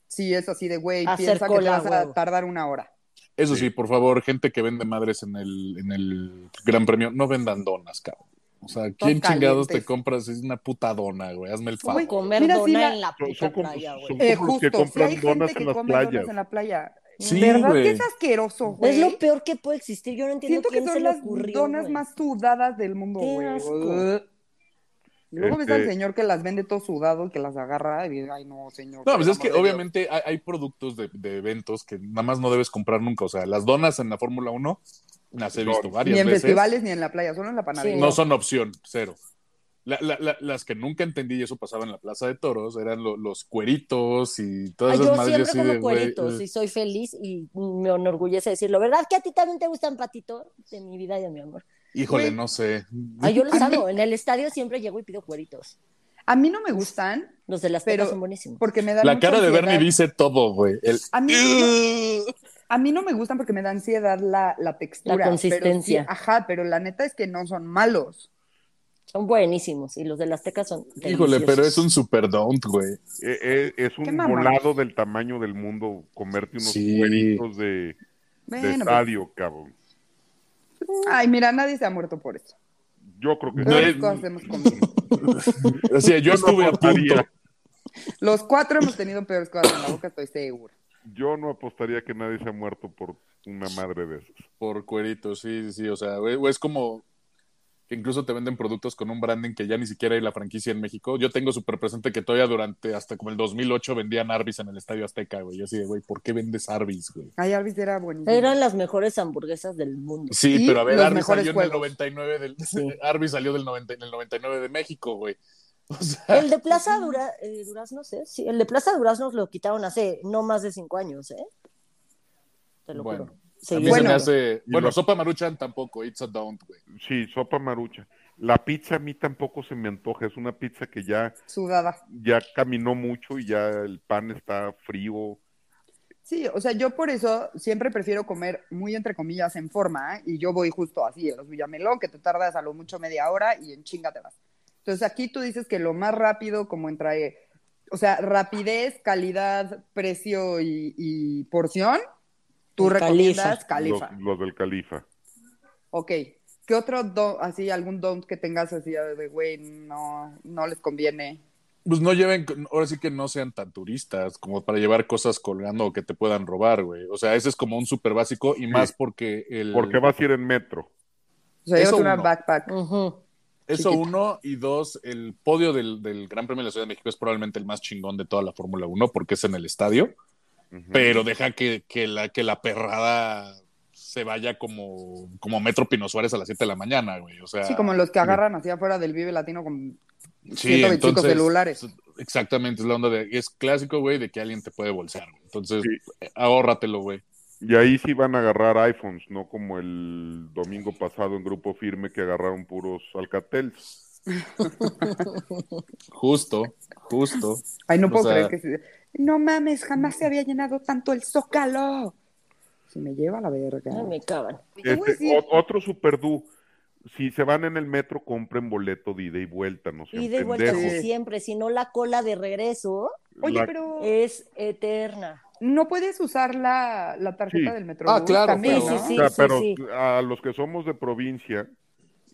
Speaker 1: sí es así de, güey,
Speaker 2: Hacer
Speaker 1: piensa que te
Speaker 2: cola,
Speaker 1: vas a
Speaker 2: huevo.
Speaker 1: tardar una hora.
Speaker 3: Eso
Speaker 4: Sí.
Speaker 3: sí, por favor, gente que vende madres en el, en el Gran Premio, no vendan donas, cabrón. O sea, ¿quién
Speaker 1: Todos
Speaker 3: chingados te
Speaker 1: calientes.
Speaker 3: compras una puta dona, güey? Hazme el favor.
Speaker 1: Güey,
Speaker 2: Comer
Speaker 1: Mira,
Speaker 2: dona
Speaker 1: si la-
Speaker 2: en la
Speaker 4: Son-
Speaker 2: puta
Speaker 4: son como-
Speaker 2: playa, güey.
Speaker 4: son-
Speaker 1: Eh,
Speaker 4: como los que
Speaker 1: justo, si hay
Speaker 4: compran donas
Speaker 1: gente
Speaker 4: en
Speaker 1: que
Speaker 4: las
Speaker 1: come
Speaker 4: playas.
Speaker 1: donas en la playa.
Speaker 3: Sí,
Speaker 1: ¿Verdad
Speaker 3: güey.
Speaker 1: que es asqueroso, güey?
Speaker 2: Es lo peor que puede existir. Yo no entiendo
Speaker 1: Siento que
Speaker 2: quién se
Speaker 1: son
Speaker 2: le
Speaker 1: las
Speaker 2: ocurrió.
Speaker 1: donas
Speaker 2: güey.
Speaker 1: más sudadas del mundo,
Speaker 2: Qué
Speaker 1: güey.
Speaker 2: asco.
Speaker 1: Ugh. Y Luego ves al
Speaker 4: Este-
Speaker 1: señor que las vende todo sudado y que las agarra y dice, ay no, señor.
Speaker 3: No,
Speaker 1: por
Speaker 3: pues es
Speaker 1: amor
Speaker 3: que
Speaker 1: de Dios".
Speaker 3: obviamente hay, hay productos de, de eventos que nada más no debes comprar nunca. O sea, las donas en la Fórmula 1 las he visto
Speaker 4: No,
Speaker 1: Ni
Speaker 3: varias
Speaker 1: en
Speaker 3: veces.
Speaker 1: festivales ni en la playa, solo en la panadería.
Speaker 2: Sí,
Speaker 3: No son opción, cero. La- la- la- las que nunca entendí, y eso pasaba en la Plaza de Toros, eran lo- los cueritos y todas
Speaker 2: Ay,
Speaker 3: esas
Speaker 2: yo
Speaker 3: madres.
Speaker 2: siempre
Speaker 3: así
Speaker 2: como
Speaker 3: de, güey,
Speaker 2: cueritos
Speaker 3: eh,
Speaker 2: y soy feliz y me enorgullece decirlo. ¿Verdad que a ti también te gustan, patito? De mi vida y de mi amor.
Speaker 3: eh, Híjole,
Speaker 1: Güey.
Speaker 3: no sé.
Speaker 2: Ay, yo los amo. En el estadio siempre llego y pido cueritos.
Speaker 1: A mí no me gustan
Speaker 2: Los de las
Speaker 1: Pero-
Speaker 2: tecas son buenísimos.
Speaker 1: porque me dan
Speaker 3: La
Speaker 1: mucha
Speaker 3: cara de
Speaker 1: ansiedad.
Speaker 3: Bernie dice todo, güey. El-
Speaker 1: A mí, yo- a mí no me gustan porque me da ansiedad la, la textura.
Speaker 2: La
Speaker 1: pero
Speaker 2: consistencia.
Speaker 1: sí, ajá, pero la neta es que no son malos.
Speaker 2: Son buenísimos. Y los de las tecas son.
Speaker 3: Híjole,
Speaker 2: deliciosos.
Speaker 3: pero es un super don't, güey.
Speaker 4: Eh, eh, es
Speaker 1: Qué
Speaker 4: un
Speaker 1: mamá.
Speaker 4: volado del tamaño del mundo comerte unos
Speaker 3: Sí.
Speaker 4: cueritos de, de
Speaker 1: Bueno, pues,
Speaker 4: estadio, cabrón.
Speaker 1: ay, mira, nadie se ha muerto por eso.
Speaker 4: Yo creo que
Speaker 3: No
Speaker 1: Peores
Speaker 3: es-
Speaker 1: cosas hemos comido.
Speaker 3: O sea, yo
Speaker 4: no
Speaker 3: estuve a punto.
Speaker 4: apostaría-
Speaker 1: Los cuatro hemos tenido peores cosas en la boca, estoy segura.
Speaker 4: Yo no apostaría que nadie se ha muerto por una madre de esas.
Speaker 3: Por cueritos, sí, sí, sí, o sea, güey, es como que incluso te venden productos con un branding que ya ni siquiera hay la franquicia en México. Yo tengo súper presente que todavía durante hasta como el 2008 vendían Arby's en el Estadio Azteca, güey. Yo así de, güey, ¿por qué vendes Arby's, güey?
Speaker 1: Ay, Alvis era buenísimo.
Speaker 2: Eran las mejores hamburguesas del mundo.
Speaker 3: Sí,
Speaker 1: Y
Speaker 3: pero a ver,
Speaker 1: los
Speaker 3: Arby's
Speaker 1: mejores
Speaker 3: salió en el
Speaker 1: juegos.
Speaker 3: 99 del
Speaker 2: Sí.
Speaker 3: *laughs* Arby's salió del 90 en el 99 de México, güey. *laughs* O sea, *laughs*
Speaker 2: El de Plaza Dura, eh, Duraznos, ¿eh? Sí, el de Plaza Duraznos lo quitaron hace no más de cinco años, ¿eh? Te lo
Speaker 3: Bueno,
Speaker 2: juro. Sí,
Speaker 3: a mí se
Speaker 1: bueno.
Speaker 3: me hace,
Speaker 4: Y
Speaker 3: bueno,
Speaker 4: lo-
Speaker 3: sopa maruchan tampoco, it's a don't, güey.
Speaker 4: Sí, sopa marucha. La pizza a mí tampoco se me antoja. Es una pizza que ya,
Speaker 1: Sudada.
Speaker 4: ya caminó mucho y ya el pan está frío.
Speaker 1: Sí, o sea, yo por eso siempre prefiero comer muy entre comillas en forma ¿eh? y yo voy justo así, en los Villamelón, que te tardas a lo mucho media hora y en chinga te vas. Entonces aquí tú dices que lo más rápido como entra, eh, o sea, rapidez, calidad, precio y, y porción, tú
Speaker 2: El
Speaker 1: recomiendas
Speaker 4: Los,
Speaker 1: Califa.
Speaker 4: los del califa.
Speaker 1: Ok. ¿Qué otro, don, así, algún don que tengas así de, güey, no, no les conviene?
Speaker 3: Pues no lleven, ahora sí que no sean tan turistas como para llevar cosas colgando o que te puedan robar, güey. O sea, ese es como un súper básico y más porque el...
Speaker 4: Porque vas a ir en metro.
Speaker 1: O sea,
Speaker 3: Eso
Speaker 1: llévate una
Speaker 3: uno.
Speaker 1: backpack.
Speaker 2: Ujú.
Speaker 3: Eso
Speaker 1: Chiquito.
Speaker 3: uno y dos, el podio del, del Gran Premio de la Ciudad de México es probablemente el más chingón de toda la Fórmula 1 porque es en el estadio,
Speaker 4: Ujú.
Speaker 3: pero deja que, que la, que la perrada se vaya como, como Metro Pino Suárez a las 7 de la mañana, güey. O sea,
Speaker 1: Sí, como los que agarran hacia afuera del Vive Latino con
Speaker 3: sí,
Speaker 1: 125
Speaker 3: entonces,
Speaker 1: celulares.
Speaker 3: Exactamente, es la onda de, es clásico, güey, de que alguien te puede bolsar. güey. Entonces, eh, ahórratelo, güey.
Speaker 4: Y ahí sí van a agarrar iPhones, no como el domingo pasado en Grupo Firme que agarraron puros Alcatels.
Speaker 3: Justo, justo.
Speaker 1: Ay, no
Speaker 3: o
Speaker 1: puedo
Speaker 3: sea-
Speaker 1: creer que sí. No mames, jamás se había llenado tanto el zócalo. Se me lleva la verga.
Speaker 2: Ay, me cagan.
Speaker 1: Te voy a
Speaker 4: Este,
Speaker 1: decir-
Speaker 4: o- otro superdú. Si se van en el metro, compren boleto de ida y vuelta, no sean
Speaker 2: Y de vuelta
Speaker 4: pendejos.
Speaker 1: Sí.
Speaker 2: siempre, si no la cola de regreso
Speaker 1: Oye,
Speaker 4: La-
Speaker 1: pero
Speaker 2: es eterna.
Speaker 1: no puedes usar la, la tarjeta
Speaker 4: Sí.
Speaker 1: del Metrobús
Speaker 3: Ah, claro,
Speaker 1: también,
Speaker 2: claro.
Speaker 1: ¿no?
Speaker 2: Sí,
Speaker 4: O sea,
Speaker 2: sí,
Speaker 4: pero
Speaker 2: sí.
Speaker 4: a los que somos de provincia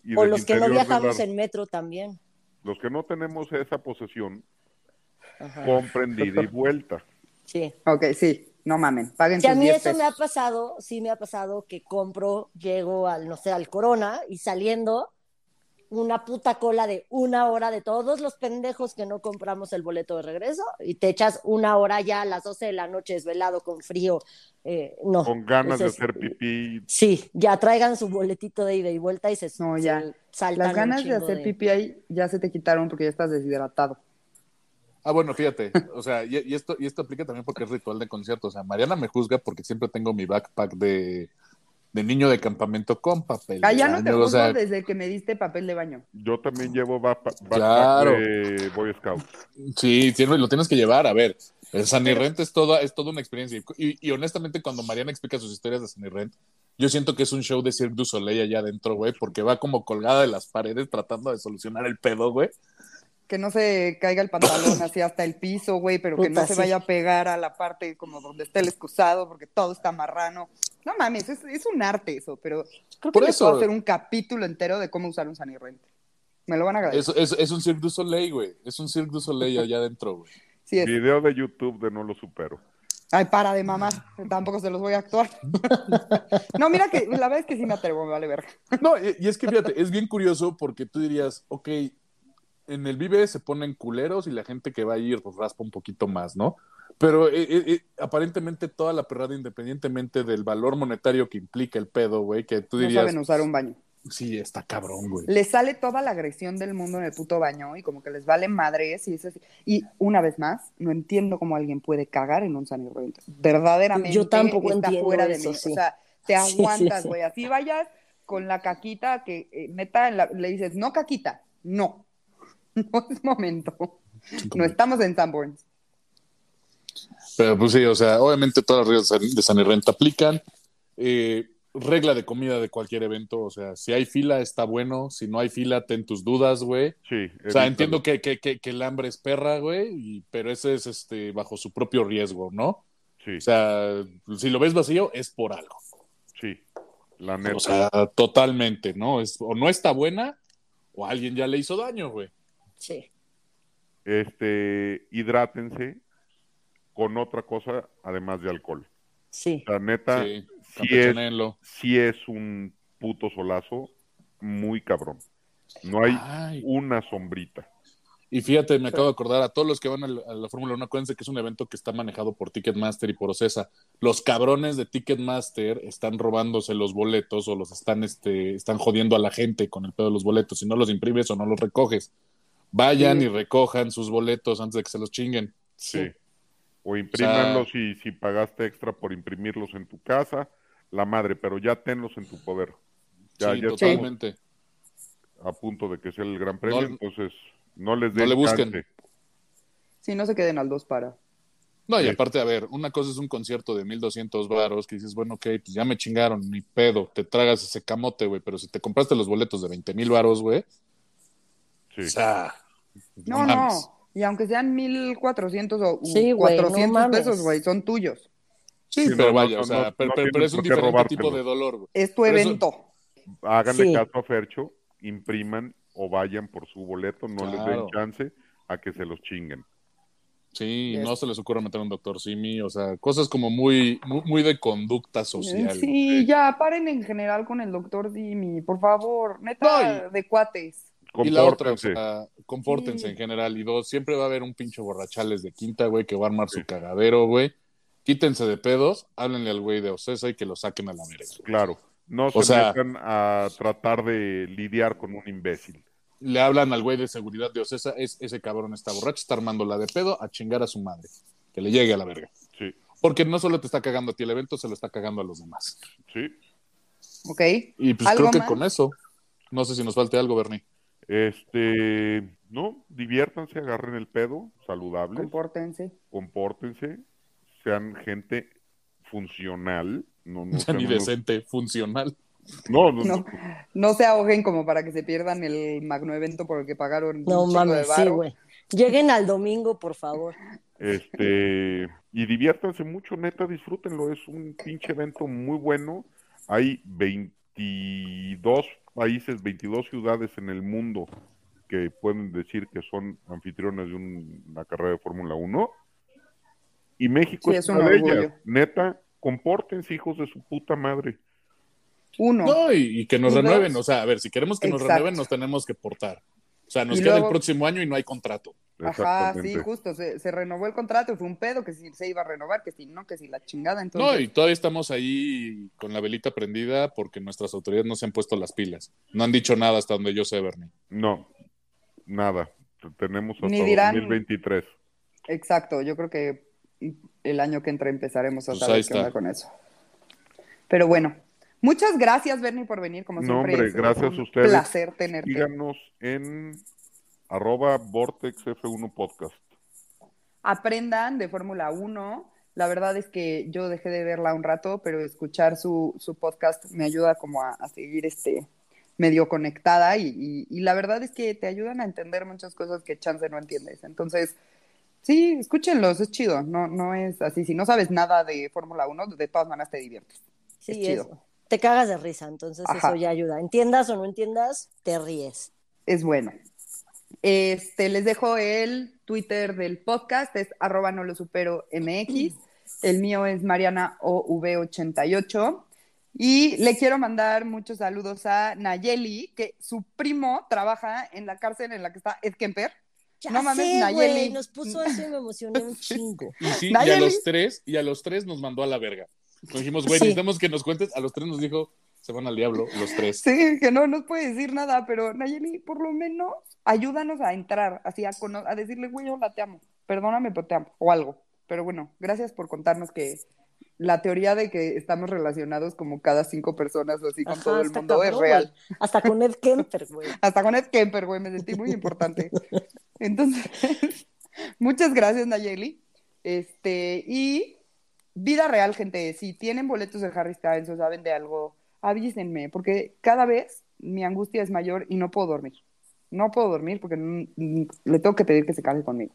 Speaker 4: y
Speaker 2: O
Speaker 4: del
Speaker 2: los que no
Speaker 4: interior de
Speaker 2: viajamos
Speaker 4: la-
Speaker 2: en metro también.
Speaker 4: los que no tenemos esa posesión,
Speaker 2: Ajá.
Speaker 4: compren de ida y vuelta.
Speaker 2: Sí.
Speaker 1: Ok, sí, no mamen, paguen
Speaker 2: Si a
Speaker 1: sus
Speaker 2: mí
Speaker 1: 10
Speaker 2: eso me ha
Speaker 1: pesos.
Speaker 2: pasado, sí me ha pasado que compro, llego al, no sé, al Corona y saliendo una puta cola de una hora de todos los pendejos que no compramos el boleto de regreso y te echas una hora ya a las 12 de la noche desvelado con frío. eh, no.
Speaker 4: Con ganas de
Speaker 2: Entonces,
Speaker 4: hacer pipí.
Speaker 2: Sí, ya traigan su boletito de ida y vuelta y se,
Speaker 1: No,
Speaker 2: se
Speaker 1: ya.
Speaker 2: saltan
Speaker 1: Las
Speaker 2: un
Speaker 1: ganas de
Speaker 2: chingo
Speaker 1: hacer pipí ahí ya se te quitaron porque ya estás deshidratado.
Speaker 3: Ah, bueno, fíjate, o sea, y, y esto, y esto aplica también porque es ritual de concierto. O sea, Mariana me juzga porque siempre tengo mi backpack de, de niño de campamento con papel.
Speaker 1: Ah, ya no te
Speaker 3: o
Speaker 1: juzgo
Speaker 3: sea,
Speaker 1: desde que me diste papel de baño.
Speaker 4: Yo también llevo va- pa- backpack
Speaker 3: Claro.
Speaker 4: de eh, Boy Scout.
Speaker 3: Sí, siempre lo tienes que llevar. A ver, el San Rent es toda, es toda una experiencia. Y, y honestamente, cuando Mariana explica sus historias de San Rent, yo siento que es un show de Cirque du Soleil allá adentro, güey, porque va como colgada de las paredes tratando de solucionar el pedo, güey.
Speaker 1: Que no se caiga el pantalón así hasta el piso, güey, pero que
Speaker 2: Puta,
Speaker 1: no se
Speaker 2: sí.
Speaker 1: vaya a pegar a la parte como donde está el excusado, porque todo está marrano. No mames, es, es un arte eso, pero creo
Speaker 3: Por
Speaker 1: que les
Speaker 3: eso.
Speaker 1: puedo hacer un capítulo entero de cómo usar un sanirrente. Me lo van a agradecer.
Speaker 3: Es, es, es un Cirque du Soleil, güey. Es un Cirque du Soleil allá adentro, güey.
Speaker 1: Sí es.
Speaker 4: Video de YouTube de No Lo Supero.
Speaker 1: Ay, para de mamar, tampoco se los voy a actuar. *laughs* no, mira que la verdad es que sí me atrevo, me vale verga.
Speaker 3: No, y, y es que fíjate, es bien curioso porque tú dirías, ok, en el Vive se ponen culeros y la gente que va a ir pues raspa un poquito más, ¿no? Pero eh, eh, eh, aparentemente toda la perrada, independientemente del valor monetario que implica el pedo, güey, que tú
Speaker 1: No
Speaker 3: dirías,
Speaker 1: saben usar un baño.
Speaker 3: sí, está cabrón, güey.
Speaker 1: Les sale toda la agresión del mundo en el puto baño y como que les vale madres y eso así. Y una vez más, no entiendo cómo alguien puede cagar en un sanirrento. Verdaderamente
Speaker 2: Yo tampoco
Speaker 1: está
Speaker 2: entiendo
Speaker 1: fuera de
Speaker 2: eso,
Speaker 1: mí.
Speaker 2: sí.
Speaker 1: O sea, te
Speaker 2: *laughs* Sí, sí,
Speaker 1: aguantas,
Speaker 2: sí.
Speaker 1: güey. Así vayas con la caquita que eh, neta en la- le dices, no caquita, no. *laughs* No es momento. No estamos en Sanborns.
Speaker 3: Pero pues sí, o sea, obviamente todas las reglas de san- de San Renta aplican. Eh, regla de comida de cualquier evento, o sea, si hay fila está bueno, si no hay fila ten tus dudas, güey.
Speaker 4: Sí.
Speaker 3: O sea, entiendo que, que, que, que el hambre es perra, güey, y- pero ese es este bajo su propio riesgo, ¿no?
Speaker 4: Sí,
Speaker 3: O sea, si lo ves vacío, es por algo.
Speaker 4: sí. La neta.
Speaker 3: O sea, totalmente, ¿no? Es, o no está buena, o a alguien ya le hizo daño, güey.
Speaker 2: Sí.
Speaker 4: este, hidrátense con otra cosa además de alcohol.
Speaker 2: Sí.
Speaker 4: La neta,
Speaker 3: Sí,
Speaker 4: Ah, sí, es,
Speaker 3: campechanenlo.
Speaker 4: sí es un puto solazo muy cabrón. No hay
Speaker 3: Ay,
Speaker 4: una sombrita.
Speaker 3: Y fíjate, me acabo de acordar a todos los que van al- a la Fórmula 1, acuérdense que es un evento que está manejado por Ticketmaster y por Ocesa. Los cabrones de Ticketmaster están robándose los boletos o los están, este, están jodiendo a la gente con el pedo de los boletos. Si no los imprimes o no los recoges, vayan
Speaker 1: Sí.
Speaker 3: y recojan sus boletos antes de que se los chinguen.
Speaker 2: Sí.
Speaker 4: Sí. O imprímanlos si, si pagaste extra por imprimirlos en tu casa, la madre, pero ya tenlos en tu poder. Ya,
Speaker 3: sí,
Speaker 4: ya estamos
Speaker 3: totalmente.
Speaker 4: a punto de que sea el gran premio,
Speaker 3: No-
Speaker 4: entonces no les
Speaker 3: no
Speaker 4: den
Speaker 3: le busquen.
Speaker 4: chance.
Speaker 1: Si no se queden al dos para.
Speaker 3: No, y
Speaker 4: Sí.
Speaker 3: aparte, a ver, una cosa es un concierto de 1200 varos que dices, bueno, ok, pues ya me chingaron, ni pedo, te tragas ese camote, güey, pero si te compraste los boletos de 20 mil varos, güey,
Speaker 4: Sí.
Speaker 3: o sea,
Speaker 1: No, no.
Speaker 3: mames.
Speaker 1: Y aunque sean 1400 o
Speaker 2: Sí, güey, no
Speaker 1: 400
Speaker 2: mames.
Speaker 1: pesos, güey, son tuyos.
Speaker 3: Sí,
Speaker 4: Sí,
Speaker 3: pero
Speaker 4: no,
Speaker 3: vaya,
Speaker 4: no,
Speaker 3: o sea,
Speaker 4: no,
Speaker 3: pero,
Speaker 4: no
Speaker 3: pero- pero es
Speaker 4: tienes
Speaker 3: un
Speaker 4: por qué
Speaker 3: diferente
Speaker 4: robártelo.
Speaker 3: tipo de dolor, güey.
Speaker 1: Es tu
Speaker 3: Pero eso-
Speaker 1: evento.
Speaker 4: Háganle
Speaker 2: Sí.
Speaker 4: caso a Fercho, impriman o vayan por su boleto, no les den
Speaker 3: Claro.
Speaker 4: chance a que se los chinguen.
Speaker 3: Sí,
Speaker 1: Yes.
Speaker 3: no se les ocurra meter un doctor Simi, o sea, cosas como muy, muy, muy de conducta social.
Speaker 1: Sí, ya, paren en general con el doctor Dimi, por favor, neta,
Speaker 3: No,
Speaker 1: de cuates.
Speaker 3: Y la otra, o
Speaker 4: Compórtense.
Speaker 3: sea, compórtense
Speaker 1: Sí.
Speaker 3: en general. Y dos, siempre va a haber un pinche borrachales de quinta, güey, que va a armar
Speaker 4: Sí.
Speaker 3: su cagadero, güey. quítense de pedos, háblenle al güey de Ocesa y que lo saquen a la verga.
Speaker 4: Claro, no se
Speaker 3: sea-
Speaker 4: metan a tratar de lidiar con un imbécil.
Speaker 3: Le hablan al güey de seguridad de Ocesa, es, ese cabrón está borracho, está armándola de pedo, a chingar a su madre. Que le llegue a la verga.
Speaker 4: Sí,
Speaker 3: Porque no solo te está cagando a ti el evento, se lo está cagando a los demás.
Speaker 4: sí.
Speaker 1: ¿Ok?
Speaker 3: Y pues
Speaker 1: ¿Algo
Speaker 3: creo que
Speaker 1: más?
Speaker 3: con eso, no sé si nos falte algo, Bernie. *laughs*
Speaker 4: Este, no, diviértanse, agarren el pedo, saludables,
Speaker 1: Compórtense.
Speaker 4: compórtense, sean gente funcional. No, no,
Speaker 3: O sea,
Speaker 4: sean
Speaker 3: ni
Speaker 4: unos-
Speaker 3: decente, funcional.
Speaker 4: no, no,
Speaker 1: No, no se ahogen como para que se pierdan el magno evento por el que pagaron.
Speaker 2: No
Speaker 1: un chingo de
Speaker 2: mames, sí,
Speaker 1: varo.
Speaker 2: güey. Lleguen al domingo, por favor.
Speaker 4: Este, y diviértanse mucho, neta, disfrútenlo. Es un pinche evento muy bueno. Hay 22 países, 22 ciudades en el mundo que pueden decir que son anfitriones de un- una carrera de Fórmula 1. Y México
Speaker 1: Sí,
Speaker 4: es
Speaker 1: es un
Speaker 4: una de
Speaker 1: orgullo.
Speaker 4: ellas. Neta, compórtense, hijos de su puta madre.
Speaker 1: Uno.
Speaker 3: No, y, y que nos
Speaker 1: Y dos.
Speaker 3: renueven. O sea, a ver, si queremos que nos
Speaker 1: Exacto.
Speaker 3: renueven, nos tenemos que portar. O sea, nos
Speaker 1: Y
Speaker 3: queda
Speaker 1: luego-
Speaker 3: el próximo año y no hay contrato.
Speaker 1: Ajá, sí,
Speaker 4: Exactamente.
Speaker 1: justo. Se, se renovó el contrato, fue un pedo que si se iba a renovar, que si no, que si la chingada. Entonces,
Speaker 3: No, y todavía estamos ahí con la velita prendida porque nuestras autoridades no se han puesto las pilas. No han dicho nada hasta donde yo sé, Bernie.
Speaker 4: No, nada. T- Tenemos hasta
Speaker 1: Ni dirán-
Speaker 4: 2023.
Speaker 1: Exacto, yo creo que el año que entra empezaremos a
Speaker 3: Pues
Speaker 1: saber
Speaker 3: ahí
Speaker 1: qué onda
Speaker 3: está.
Speaker 1: con eso. Pero bueno, muchas gracias, Bernie, por venir, como
Speaker 4: No,
Speaker 1: siempre.
Speaker 4: hombre,
Speaker 1: es
Speaker 4: gracias
Speaker 1: un
Speaker 4: a ustedes.
Speaker 1: placer tenerte.
Speaker 4: Síganos en arroba vortexf1 podcast.
Speaker 1: Aprendan de Fórmula 1. La verdad es que yo dejé de verla un rato, pero escuchar su, su podcast me ayuda como a, a seguir este medio conectada y, y- y la verdad es que te ayudan a entender muchas cosas que chance no entiendes. Entonces, sí, escúchenlos, es chido. No, no es así. Si no sabes nada de Fórmula 1, de todas maneras te diviertes. *laughs*
Speaker 2: Sí,
Speaker 1: Es chido.
Speaker 2: eso. Te cagas de risa, entonces
Speaker 1: Ajá.
Speaker 2: eso ya ayuda. Entiendas o no entiendas, te ríes.
Speaker 1: es bueno. Este, les dejo el Twitter del podcast, es arroba no lo supero MX. El mío es Mariana OV88. Y le quiero mandar muchos saludos a Nayeli, que su primo trabaja en la cárcel en la que está Ed Kemper.
Speaker 2: Ya
Speaker 1: No mames,
Speaker 2: sé,
Speaker 1: Nayeli.
Speaker 2: güey, nos puso eso y me emocioné
Speaker 1: *laughs*
Speaker 2: un chingo.
Speaker 3: Y sí, y a
Speaker 1: Nayeli.
Speaker 3: los tres, y a los tres nos mandó a la verga. Nos dijimos, güey,
Speaker 2: Sí.
Speaker 3: necesitamos que nos cuentes. A los tres nos dijo, se van al diablo, los
Speaker 2: pues.
Speaker 3: tres.
Speaker 1: Sí, que no nos puede decir nada, pero Nayeli, por lo menos ayúdanos a entrar, así a, cono- a decirle, güey, hola, te amo, perdóname, pero te amo, o algo. Pero bueno, gracias por contarnos que la teoría de que estamos relacionados como cada cinco personas, o así con
Speaker 2: Ajá,
Speaker 1: todo el
Speaker 2: está
Speaker 1: mundo, es
Speaker 2: cabrón,
Speaker 1: real.
Speaker 2: güey. Hasta con Ed Kemper, güey.
Speaker 1: Hasta con Ed Kemper, güey, me sentí muy importante. Entonces, *laughs* muchas gracias, Nayeli. Este, y vida real, gente, si tienen boletos de Harry Styles o saben de algo, avísenme, porque cada vez mi angustia es mayor y no puedo dormir. No puedo dormir porque mm, mm, le tengo que pedir que se case conmigo.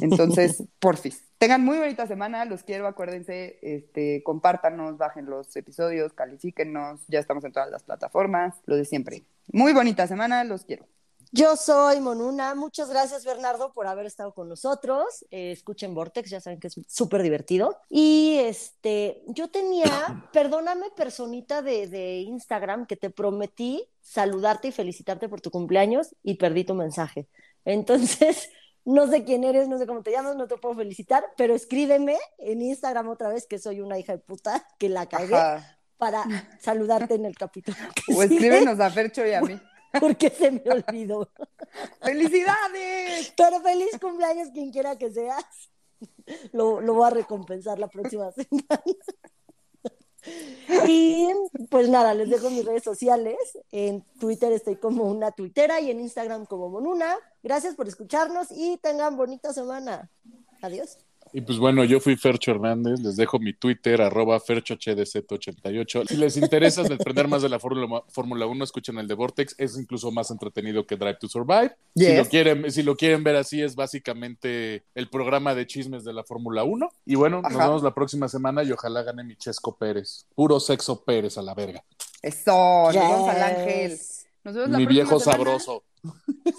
Speaker 1: Entonces, porfis. Tengan muy bonita semana, los quiero, acuérdense, este, compártanos, bajen los episodios, califíquennos, ya estamos en todas las plataformas, lo de siempre. Muy bonita semana, los quiero.
Speaker 2: Yo soy Monuna. Muchas gracias, Bernardo, por haber estado con nosotros. Eh, escuchen Vortex, ya saben que es súper divertido. Y este, yo
Speaker 1: *coughs*
Speaker 2: tenía, perdóname, personita de, de Instagram, que te prometí saludarte y felicitarte por tu cumpleaños y perdí tu mensaje. Entonces, *laughs* no sé quién eres, no sé cómo te llamas, no te puedo felicitar, pero escríbeme en Instagram otra vez que soy una hija de puta que la cagué
Speaker 1: Ajá. *laughs*
Speaker 2: para saludarte en el capítulo. que
Speaker 1: O
Speaker 2: sigue, *laughs*
Speaker 1: escríbenos a Fercho y a mí.
Speaker 2: Porque se me olvidó.
Speaker 1: ¡Felicidades!
Speaker 2: Pero feliz cumpleaños quien quiera que seas. *laughs* Lo, lo voy a recompensar la próxima *laughs* semana. Y pues nada, les dejo mis redes sociales. En Twitter estoy como una tuitera y en Instagram como Monuna. Gracias por escucharnos y tengan bonita semana. Adiós.
Speaker 3: Y pues bueno, yo fui Fercho Hernández, les dejo mi Twitter, arroba ferchohdz88. Si les interesa *laughs* aprender más de la Fórmula Fórmula 1, escuchen el de Vortex, es incluso más entretenido que Drive to Survive. Si,
Speaker 1: Yes.
Speaker 3: lo quieren, si lo quieren ver así, es básicamente el programa de chismes de la Fórmula 1. Y bueno, nos
Speaker 1: Ajá.
Speaker 3: vemos la próxima semana y ojalá gane mi Chesco Pérez. Puro sexo Pérez a la verga.
Speaker 1: Eso, nos vemos al ángel.
Speaker 2: Yes.
Speaker 1: Nos vemos la
Speaker 3: Mi
Speaker 1: próxima
Speaker 3: viejo
Speaker 1: semana.
Speaker 3: sabroso.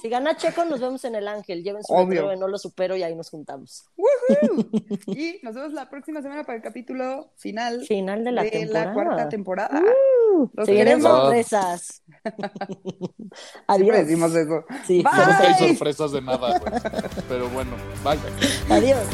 Speaker 2: Si gana Checo, nos vemos en el Ángel. Lleven su
Speaker 1: Obvio.
Speaker 2: letrero de no lo supero y ahí nos juntamos.
Speaker 1: *laughs* Y nos vemos la próxima semana para el capítulo final
Speaker 2: Final de la
Speaker 1: de
Speaker 2: temporada.
Speaker 1: la cuarta temporada.
Speaker 2: Uh,
Speaker 1: Los
Speaker 2: se vienen
Speaker 3: queremos.
Speaker 2: sorpresas.
Speaker 1: Siempre
Speaker 2: Adiós.
Speaker 1: decimos eso.
Speaker 2: Sí.
Speaker 1: Bye.
Speaker 3: Nunca hay
Speaker 1: Ay.
Speaker 3: sorpresas de nada, güey. Pero bueno, bye.
Speaker 2: Adiós.